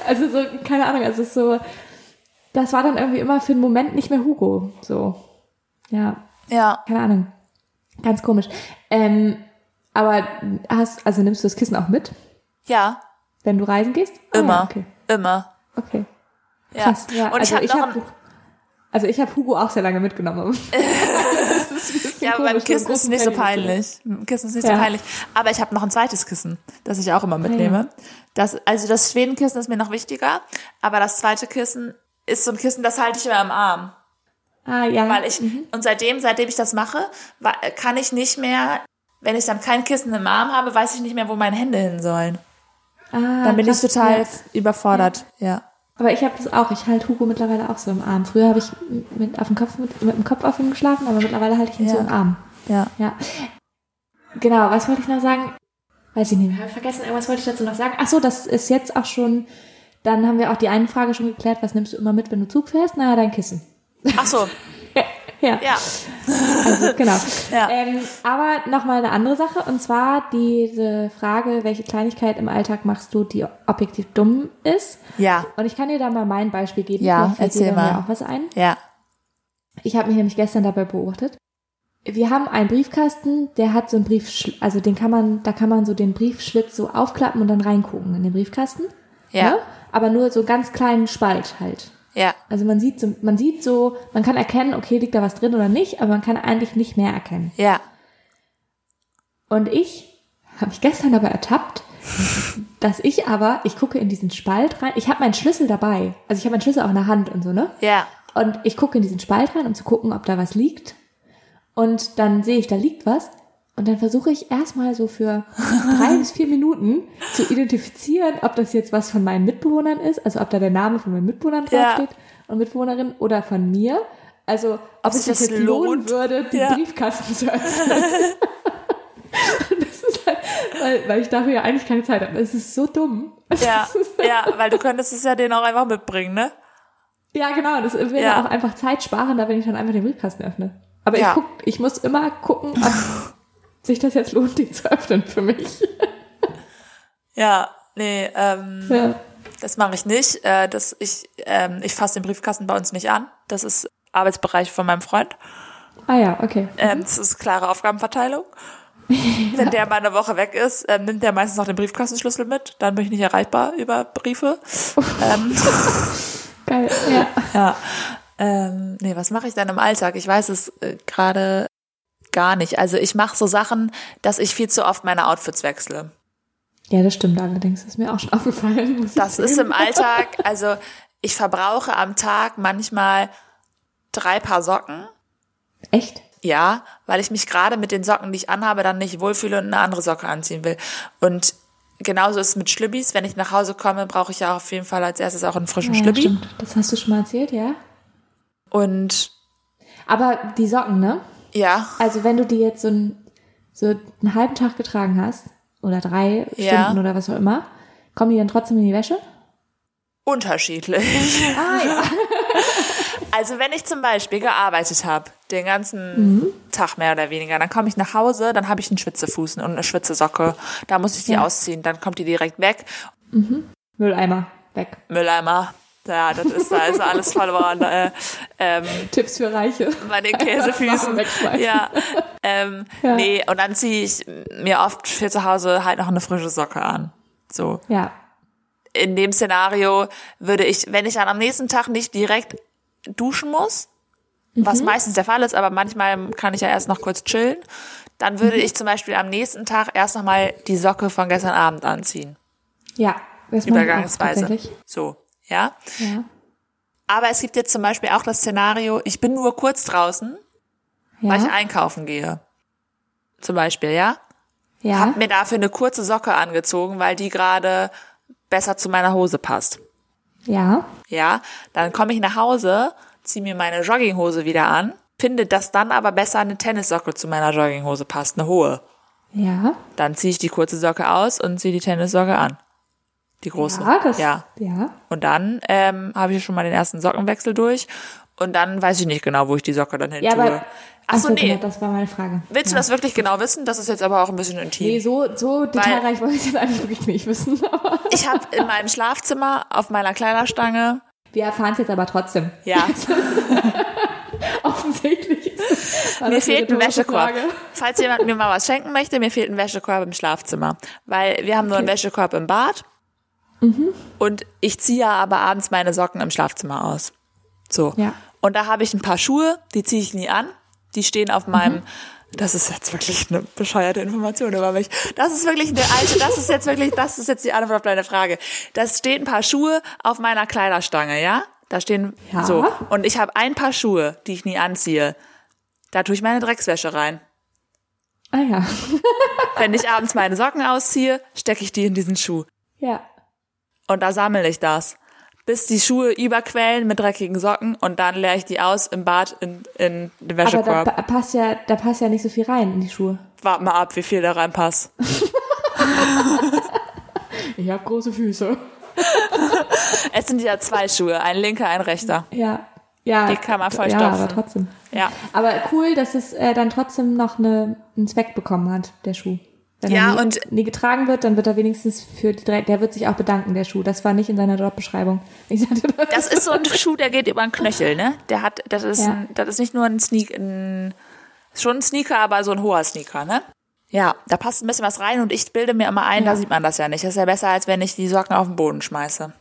[SPEAKER 1] Also so, keine Ahnung, also es ist so, das war dann irgendwie immer für einen Moment nicht mehr Hugo. So. Ja.
[SPEAKER 2] ja,
[SPEAKER 1] Keine Ahnung. Ganz komisch. Ähm, aber hast, also nimmst du das Kissen auch mit,
[SPEAKER 2] ja,
[SPEAKER 1] wenn du reisen gehst? Ah, ja,
[SPEAKER 2] immer,
[SPEAKER 1] okay.
[SPEAKER 2] immer.
[SPEAKER 1] Okay,
[SPEAKER 2] Ja.
[SPEAKER 1] krass. Ja.
[SPEAKER 2] Und
[SPEAKER 1] also
[SPEAKER 2] ich
[SPEAKER 1] ich
[SPEAKER 2] habe noch
[SPEAKER 1] habe
[SPEAKER 2] ein,
[SPEAKER 1] also ich habe Hugo auch sehr lange mitgenommen. Das ist ein bisschen
[SPEAKER 2] Ja, aber beim
[SPEAKER 1] komisch, so einen
[SPEAKER 2] Kissen ist es
[SPEAKER 1] großen
[SPEAKER 2] nicht so
[SPEAKER 1] Teddybär.
[SPEAKER 2] peinlich. Beim Kissen ist nicht
[SPEAKER 1] Ja. Oh
[SPEAKER 2] so peinlich. Aber ich habe noch ein zweites Kissen, das ich auch immer mitnehme. Das, also das Schwedenkissen ist mir noch wichtiger, aber das zweite Kissen ist so ein Kissen, das halte ich immer im Arm.
[SPEAKER 1] Ah ja.
[SPEAKER 2] Weil ich, und seitdem, seitdem ich das mache, wa- kann ich nicht mehr, wenn ich dann kein Kissen im Arm habe, weiß ich nicht mehr, wo meine Hände hin sollen.
[SPEAKER 1] ah,
[SPEAKER 2] Dann bin
[SPEAKER 1] krass,
[SPEAKER 2] ich total
[SPEAKER 1] Ja.
[SPEAKER 2] überfordert. Ja.
[SPEAKER 1] Aber ich habe das auch. Ich halte Hugo mittlerweile auch so im Arm. Früher habe ich mit auf dem Kopf mit, mit dem Kopf auf ihm geschlafen, aber mittlerweile halte ich ihn
[SPEAKER 2] Ja.
[SPEAKER 1] so im Arm.
[SPEAKER 2] Ja.
[SPEAKER 1] Ja. Genau. Was wollte ich noch sagen? Weiß ich nicht mehr. Hab ich Vergessen. Irgendwas wollte ich dazu noch sagen. Ach so, das ist jetzt auch schon. Dann haben wir auch die eine Frage schon geklärt. Was nimmst du immer mit, wenn du Zug fährst? Naja, dein Kissen.
[SPEAKER 2] Ach so,
[SPEAKER 1] Ja.
[SPEAKER 2] ja.
[SPEAKER 1] Also, genau.
[SPEAKER 2] Ja.
[SPEAKER 1] Ähm, aber nochmal eine andere Sache, und zwar diese Frage, welche Kleinigkeit im Alltag machst du, die objektiv dumm ist?
[SPEAKER 2] Ja.
[SPEAKER 1] Und ich kann dir da mal mein Beispiel geben.
[SPEAKER 2] Ja,
[SPEAKER 1] Vielleicht fällt
[SPEAKER 2] erzähl
[SPEAKER 1] dir dann
[SPEAKER 2] mal.
[SPEAKER 1] ja auch was ein.
[SPEAKER 2] Ja.
[SPEAKER 1] Ich habe mich nämlich gestern dabei beobachtet. Wir haben einen Briefkasten, der hat so einen Brief, also den kann man, da kann man so den Briefschlitz so aufklappen und dann reingucken in den Briefkasten.
[SPEAKER 2] Ja.
[SPEAKER 1] Ne? Aber nur so ganz kleinen Spalt halt.
[SPEAKER 2] Ja.
[SPEAKER 1] Also man sieht so, man sieht so, man kann erkennen, okay, liegt da was drin oder nicht, aber man kann eigentlich nicht mehr erkennen.
[SPEAKER 2] Ja.
[SPEAKER 1] Und ich habe mich gestern dabei ertappt, dass ich aber, ich gucke in diesen Spalt rein, ich habe meinen Schlüssel dabei. Also ich habe meinen Schlüssel auch in der Hand und so, ne?
[SPEAKER 2] Ja.
[SPEAKER 1] Und ich gucke in diesen Spalt rein, um zu gucken, ob da was liegt. Und dann sehe ich, da liegt was. Und dann versuche ich erstmal so für drei bis vier Minuten zu identifizieren, ob das jetzt was von meinen Mitbewohnern ist, also ob da der Name von meinen Mitbewohnern
[SPEAKER 2] Ja.
[SPEAKER 1] draufsteht und Mitbewohnerin oder von mir. Also ob es
[SPEAKER 2] sich
[SPEAKER 1] sich
[SPEAKER 2] das
[SPEAKER 1] jetzt lohnen
[SPEAKER 2] lohnt.
[SPEAKER 1] würde, den
[SPEAKER 2] Ja.
[SPEAKER 1] Briefkasten zu öffnen. das ist halt, weil, weil ich dafür ja eigentlich keine Zeit habe. Es ist so dumm.
[SPEAKER 2] Ja, ja, weil du könntest es ja den auch einfach mitbringen, ne?
[SPEAKER 1] Ja, genau. Das will
[SPEAKER 2] Ja.
[SPEAKER 1] ja. auch einfach Zeit sparen, da wenn ich dann einfach den Briefkasten öffne. Aber
[SPEAKER 2] Ja.
[SPEAKER 1] ich, guck, ich muss immer gucken, ob sich das jetzt lohnt, den zu öffnen für mich.
[SPEAKER 2] Ja, nee, ähm,
[SPEAKER 1] Ja.
[SPEAKER 2] das mache ich nicht. Äh, das, ich ähm, ich fasse den Briefkasten bei uns nicht an. Das ist Arbeitsbereich von meinem Freund.
[SPEAKER 1] Ah ja, okay.
[SPEAKER 2] Ähm, das ist klare Aufgabenverteilung. Wenn der mal eine Woche weg ist, ähm, nimmt der meistens noch den Briefkastenschlüssel mit. Dann bin ich nicht erreichbar über Briefe. ähm,
[SPEAKER 1] Geil. Ja.
[SPEAKER 2] ja. Ähm, nee, was mache ich dann im Alltag? Ich weiß es äh, gerade gar nicht. Also ich mache so Sachen, dass ich viel zu oft meine Outfits wechsle.
[SPEAKER 1] ja, das stimmt allerdings. Das ist mir auch schon aufgefallen. muss ich
[SPEAKER 2] Das ist
[SPEAKER 1] zugeben.
[SPEAKER 2] im Alltag, also ich verbrauche am Tag manchmal drei Paar Socken.
[SPEAKER 1] Echt?
[SPEAKER 2] Ja, weil ich mich gerade mit den Socken, die ich anhabe, dann nicht wohlfühle und eine andere Socke anziehen will. Und genauso ist es mit Schlübbis. Wenn ich nach Hause komme, brauche ich ja auf jeden Fall als erstes auch einen frischen
[SPEAKER 1] Ja,
[SPEAKER 2] Schlübbi.
[SPEAKER 1] stimmt. Das hast du schon mal erzählt, ja.
[SPEAKER 2] Und
[SPEAKER 1] Aber die Socken, ne?
[SPEAKER 2] ja,
[SPEAKER 1] Also wenn du die jetzt so, einen so einen halben Tag getragen hast, oder drei
[SPEAKER 2] Ja.
[SPEAKER 1] Stunden oder was auch immer, kommen die dann trotzdem in die Wäsche?
[SPEAKER 2] unterschiedlich.
[SPEAKER 1] Ah ja.
[SPEAKER 2] Also wenn ich zum Beispiel gearbeitet habe, den ganzen
[SPEAKER 1] Mhm.
[SPEAKER 2] Tag mehr oder weniger, dann komme ich nach Hause, dann habe ich einen Schwitzefuß und eine Schwitzesocke. Da muss ich die
[SPEAKER 1] Ja.
[SPEAKER 2] ausziehen, dann kommt die direkt weg.
[SPEAKER 1] Mülleimer, weg.
[SPEAKER 2] Mülleimer. Ja, das ist, da ist alles verloren. Äh, ähm,
[SPEAKER 1] Tipps für Reiche.
[SPEAKER 2] bei den
[SPEAKER 1] Einfach Sachen
[SPEAKER 2] Käsefüßen.
[SPEAKER 1] wegschmeißen.
[SPEAKER 2] Ja, ähm,
[SPEAKER 1] Ja.
[SPEAKER 2] Nee, und dann ziehe ich mir oft für zu Hause halt noch eine frische Socke an. So.
[SPEAKER 1] Ja.
[SPEAKER 2] In dem Szenario würde ich, wenn ich dann am nächsten Tag nicht direkt duschen muss,
[SPEAKER 1] Mhm.
[SPEAKER 2] was meistens der Fall ist, aber manchmal kann ich ja erst noch kurz chillen,
[SPEAKER 1] Mhm.
[SPEAKER 2] dann würde ich zum Beispiel am nächsten Tag erst nochmal die Socke von gestern Abend anziehen.
[SPEAKER 1] Oh, Ja, Das mache ich auch
[SPEAKER 2] übergangsweise.
[SPEAKER 1] tatsächlich.
[SPEAKER 2] So, ja.
[SPEAKER 1] Ja.
[SPEAKER 2] Aber es gibt jetzt zum Beispiel auch das Szenario, ich bin nur kurz draußen,
[SPEAKER 1] Ja.
[SPEAKER 2] weil ich einkaufen gehe. Zum Beispiel, ja.
[SPEAKER 1] ja.
[SPEAKER 2] Hab mir dafür eine kurze Socke angezogen, weil die gerade besser zu meiner Hose passt.
[SPEAKER 1] ja.
[SPEAKER 2] Ja, dann komme ich nach Hause, ziehe mir meine Jogginghose wieder an, finde, dass dann aber besser eine Tennissocke zu meiner Jogginghose passt, eine hohe.
[SPEAKER 1] Ja.
[SPEAKER 2] Dann ziehe ich die kurze Socke aus und ziehe die Tennissocke an. Die große.
[SPEAKER 1] Ja, das,
[SPEAKER 2] ja.
[SPEAKER 1] ja.
[SPEAKER 2] Und dann ähm, habe ich schon mal den ersten Sockenwechsel durch. Und dann weiß ich nicht genau, wo ich die Socke dann hin
[SPEAKER 1] Ja,
[SPEAKER 2] tue.
[SPEAKER 1] aber.
[SPEAKER 2] Achso,
[SPEAKER 1] genau,
[SPEAKER 2] nee.
[SPEAKER 1] Das war meine Frage.
[SPEAKER 2] Willst du das wirklich genau wissen? Das ist jetzt aber auch ein bisschen intim.
[SPEAKER 1] Nee, so, so detailreich wollte ich das eigentlich wirklich nicht wissen. aber
[SPEAKER 2] Ich habe in meinem Schlafzimmer auf meiner Kleiderstange,
[SPEAKER 1] Wir erfahren es jetzt aber trotzdem.
[SPEAKER 2] ja,
[SPEAKER 1] Offensichtlich. ist- war
[SPEAKER 2] mir
[SPEAKER 1] das eine
[SPEAKER 2] fehlt ein
[SPEAKER 1] rhetorische
[SPEAKER 2] Wäschekorb.
[SPEAKER 1] Frage.
[SPEAKER 2] Falls jemand mir mal was schenken möchte, mir fehlt ein Wäschekorb im Schlafzimmer. Weil wir haben nur einen Wäschekorb im Bad. Mhm. Und ich ziehe aber abends meine Socken im Schlafzimmer aus. So.
[SPEAKER 1] Ja.
[SPEAKER 2] Und da habe ich ein paar Schuhe, die ziehe ich nie an. Die stehen auf meinem, das ist jetzt wirklich eine bescheuerte Information über mich. Das ist wirklich eine alte, das ist jetzt wirklich, das ist jetzt die Antwort auf deine Frage. Das stehen ein paar Schuhe auf meiner Kleiderstange, ja? Da stehen
[SPEAKER 1] Ja.
[SPEAKER 2] so. Und ich habe ein paar Schuhe, die ich nie anziehe. Da tue ich meine Dreckswäsche rein.
[SPEAKER 1] Ah ja.
[SPEAKER 2] Wenn ich abends meine Socken ausziehe, stecke ich die in diesen Schuh.
[SPEAKER 1] Ja.
[SPEAKER 2] Und da sammle ich das. Bis die Schuhe überquellen mit dreckigen Socken und dann leere ich die aus im Bad in, in den
[SPEAKER 1] Aber da
[SPEAKER 2] Wäschekorb.
[SPEAKER 1] pa- passt ja, da passt ja nicht so viel rein in die Schuhe.
[SPEAKER 2] Wart mal ab, wie viel da reinpasst.
[SPEAKER 1] Ich habe große Füße.
[SPEAKER 2] Es sind ja zwei Schuhe, ein linker, ein rechter.
[SPEAKER 1] Ja. Ja.
[SPEAKER 2] Die kann man voll
[SPEAKER 1] Ja,
[SPEAKER 2] stopfen.
[SPEAKER 1] aber trotzdem.
[SPEAKER 2] Ja.
[SPEAKER 1] Aber cool, dass es äh, dann trotzdem noch eine, einen Zweck bekommen hat, der Schuh. Wenn
[SPEAKER 2] Ja,
[SPEAKER 1] er nie,
[SPEAKER 2] und-
[SPEAKER 1] nie getragen wird, dann wird er wenigstens für die drei, der wird sich auch bedanken, der Schuh. Das war nicht in seiner Jobbeschreibung. Ich sagte das.
[SPEAKER 2] Das ist so ein Schuh, der geht über den Knöchel, ne? Der hat, das ist,
[SPEAKER 1] Ja.
[SPEAKER 2] ein, das ist nicht nur ein Sneak, ein, schon ein Sneaker, aber so ein hoher Sneaker, ne? Ja, da passt ein bisschen was rein und ich bilde mir immer ein, da sieht man das ja nicht. Das ist ja besser, als wenn ich die Socken auf den Boden schmeiße.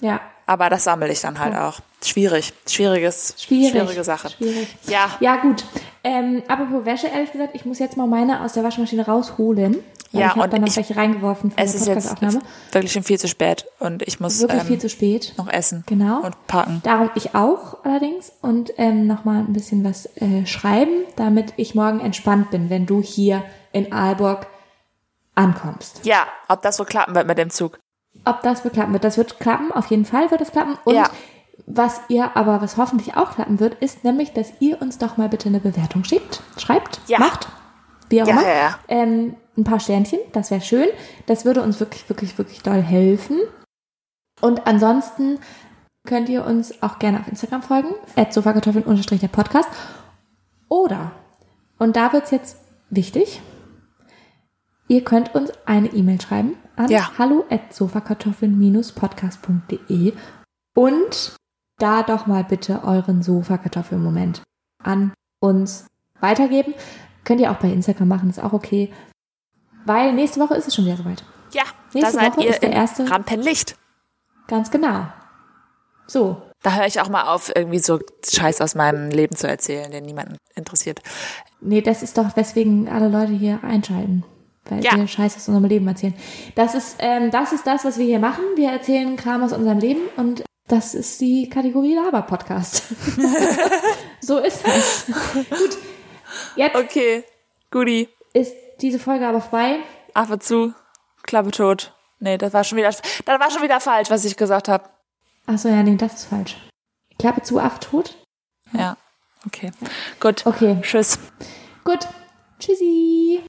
[SPEAKER 1] ja,
[SPEAKER 2] Aber das sammle ich dann halt auch. Schwierig. Schwieriges,
[SPEAKER 1] schwierig.
[SPEAKER 2] schwierige Sache.
[SPEAKER 1] Schwierig.
[SPEAKER 2] Ja.
[SPEAKER 1] Ja, gut. Ähm, apropos Wäsche, ehrlich gesagt, ich muss jetzt mal meine aus der Waschmaschine rausholen. Weil
[SPEAKER 2] Ja,
[SPEAKER 1] ich habe
[SPEAKER 2] und
[SPEAKER 1] da noch
[SPEAKER 2] ich-
[SPEAKER 1] welche reingeworfen von
[SPEAKER 2] Es
[SPEAKER 1] der
[SPEAKER 2] ist jetzt
[SPEAKER 1] Podcast-Aufnahme.
[SPEAKER 2] wirklich schon viel zu spät und ich muss
[SPEAKER 1] Wirklich
[SPEAKER 2] ähm,
[SPEAKER 1] viel zu spät.
[SPEAKER 2] noch essen
[SPEAKER 1] Genau.
[SPEAKER 2] und packen.
[SPEAKER 1] Darum ich auch allerdings und ähm, nochmal ein bisschen was äh, schreiben, damit ich morgen entspannt bin, wenn du hier in Aalborg ankommst.
[SPEAKER 2] Ja, ob das so klappen wird mit dem Zug.
[SPEAKER 1] Ob das wird klappen wird, das wird klappen, auf jeden Fall wird es klappen. Und
[SPEAKER 2] Ja.
[SPEAKER 1] was ihr aber, was hoffentlich auch klappen wird, ist nämlich, dass ihr uns doch mal bitte eine Bewertung schickt, schreibt,
[SPEAKER 2] Ja.
[SPEAKER 1] macht, wie auch
[SPEAKER 2] Ja,
[SPEAKER 1] immer.
[SPEAKER 2] ja, ja.
[SPEAKER 1] Ähm, ein paar Sternchen, das wäre schön. Das würde uns wirklich, wirklich, wirklich doll helfen. Und ansonsten könnt ihr uns auch gerne auf Instagram folgen, sofakartoffeln der Podcast. Oder, und da wird's jetzt wichtig, ihr könnt uns eine E-Mail schreiben an
[SPEAKER 2] Ja.
[SPEAKER 1] hallo sofakartoffeln-podcast.de und da doch mal bitte euren Sofakartoffelmoment an uns weitergeben. Könnt ihr auch bei Instagram machen, ist auch okay. Weil nächste Woche ist es schon wieder soweit.
[SPEAKER 2] Ja, da
[SPEAKER 1] Nächste
[SPEAKER 2] seid
[SPEAKER 1] Woche
[SPEAKER 2] ihr
[SPEAKER 1] ist der
[SPEAKER 2] im
[SPEAKER 1] erste-
[SPEAKER 2] Rampenlicht.
[SPEAKER 1] Ganz genau. So,
[SPEAKER 2] Da höre ich auch mal auf, irgendwie so Scheiß aus meinem Leben zu erzählen, den niemanden interessiert.
[SPEAKER 1] Nee, das ist doch, weswegen alle Leute hier einschalten. Weil
[SPEAKER 2] Ja.
[SPEAKER 1] wir Scheiß aus unserem Leben erzählen. Das ist, ähm, das ist das, was wir hier machen. Wir erzählen Kram aus unserem Leben und das ist die Kategorie Laber-Podcast. so ist das. Gut. Jetzt
[SPEAKER 2] Okay, Gudi,
[SPEAKER 1] ist diese Folge aber vorbei.
[SPEAKER 2] Affe zu, Klappe tot. Nee, das war schon wieder, das war schon wieder falsch, was ich gesagt habe.
[SPEAKER 1] Achso, ja, nee, das ist falsch. Klappe zu, Affe tot.
[SPEAKER 2] Ja, okay. Gut,
[SPEAKER 1] Okay,
[SPEAKER 2] tschüss.
[SPEAKER 1] gut. Tschüssi.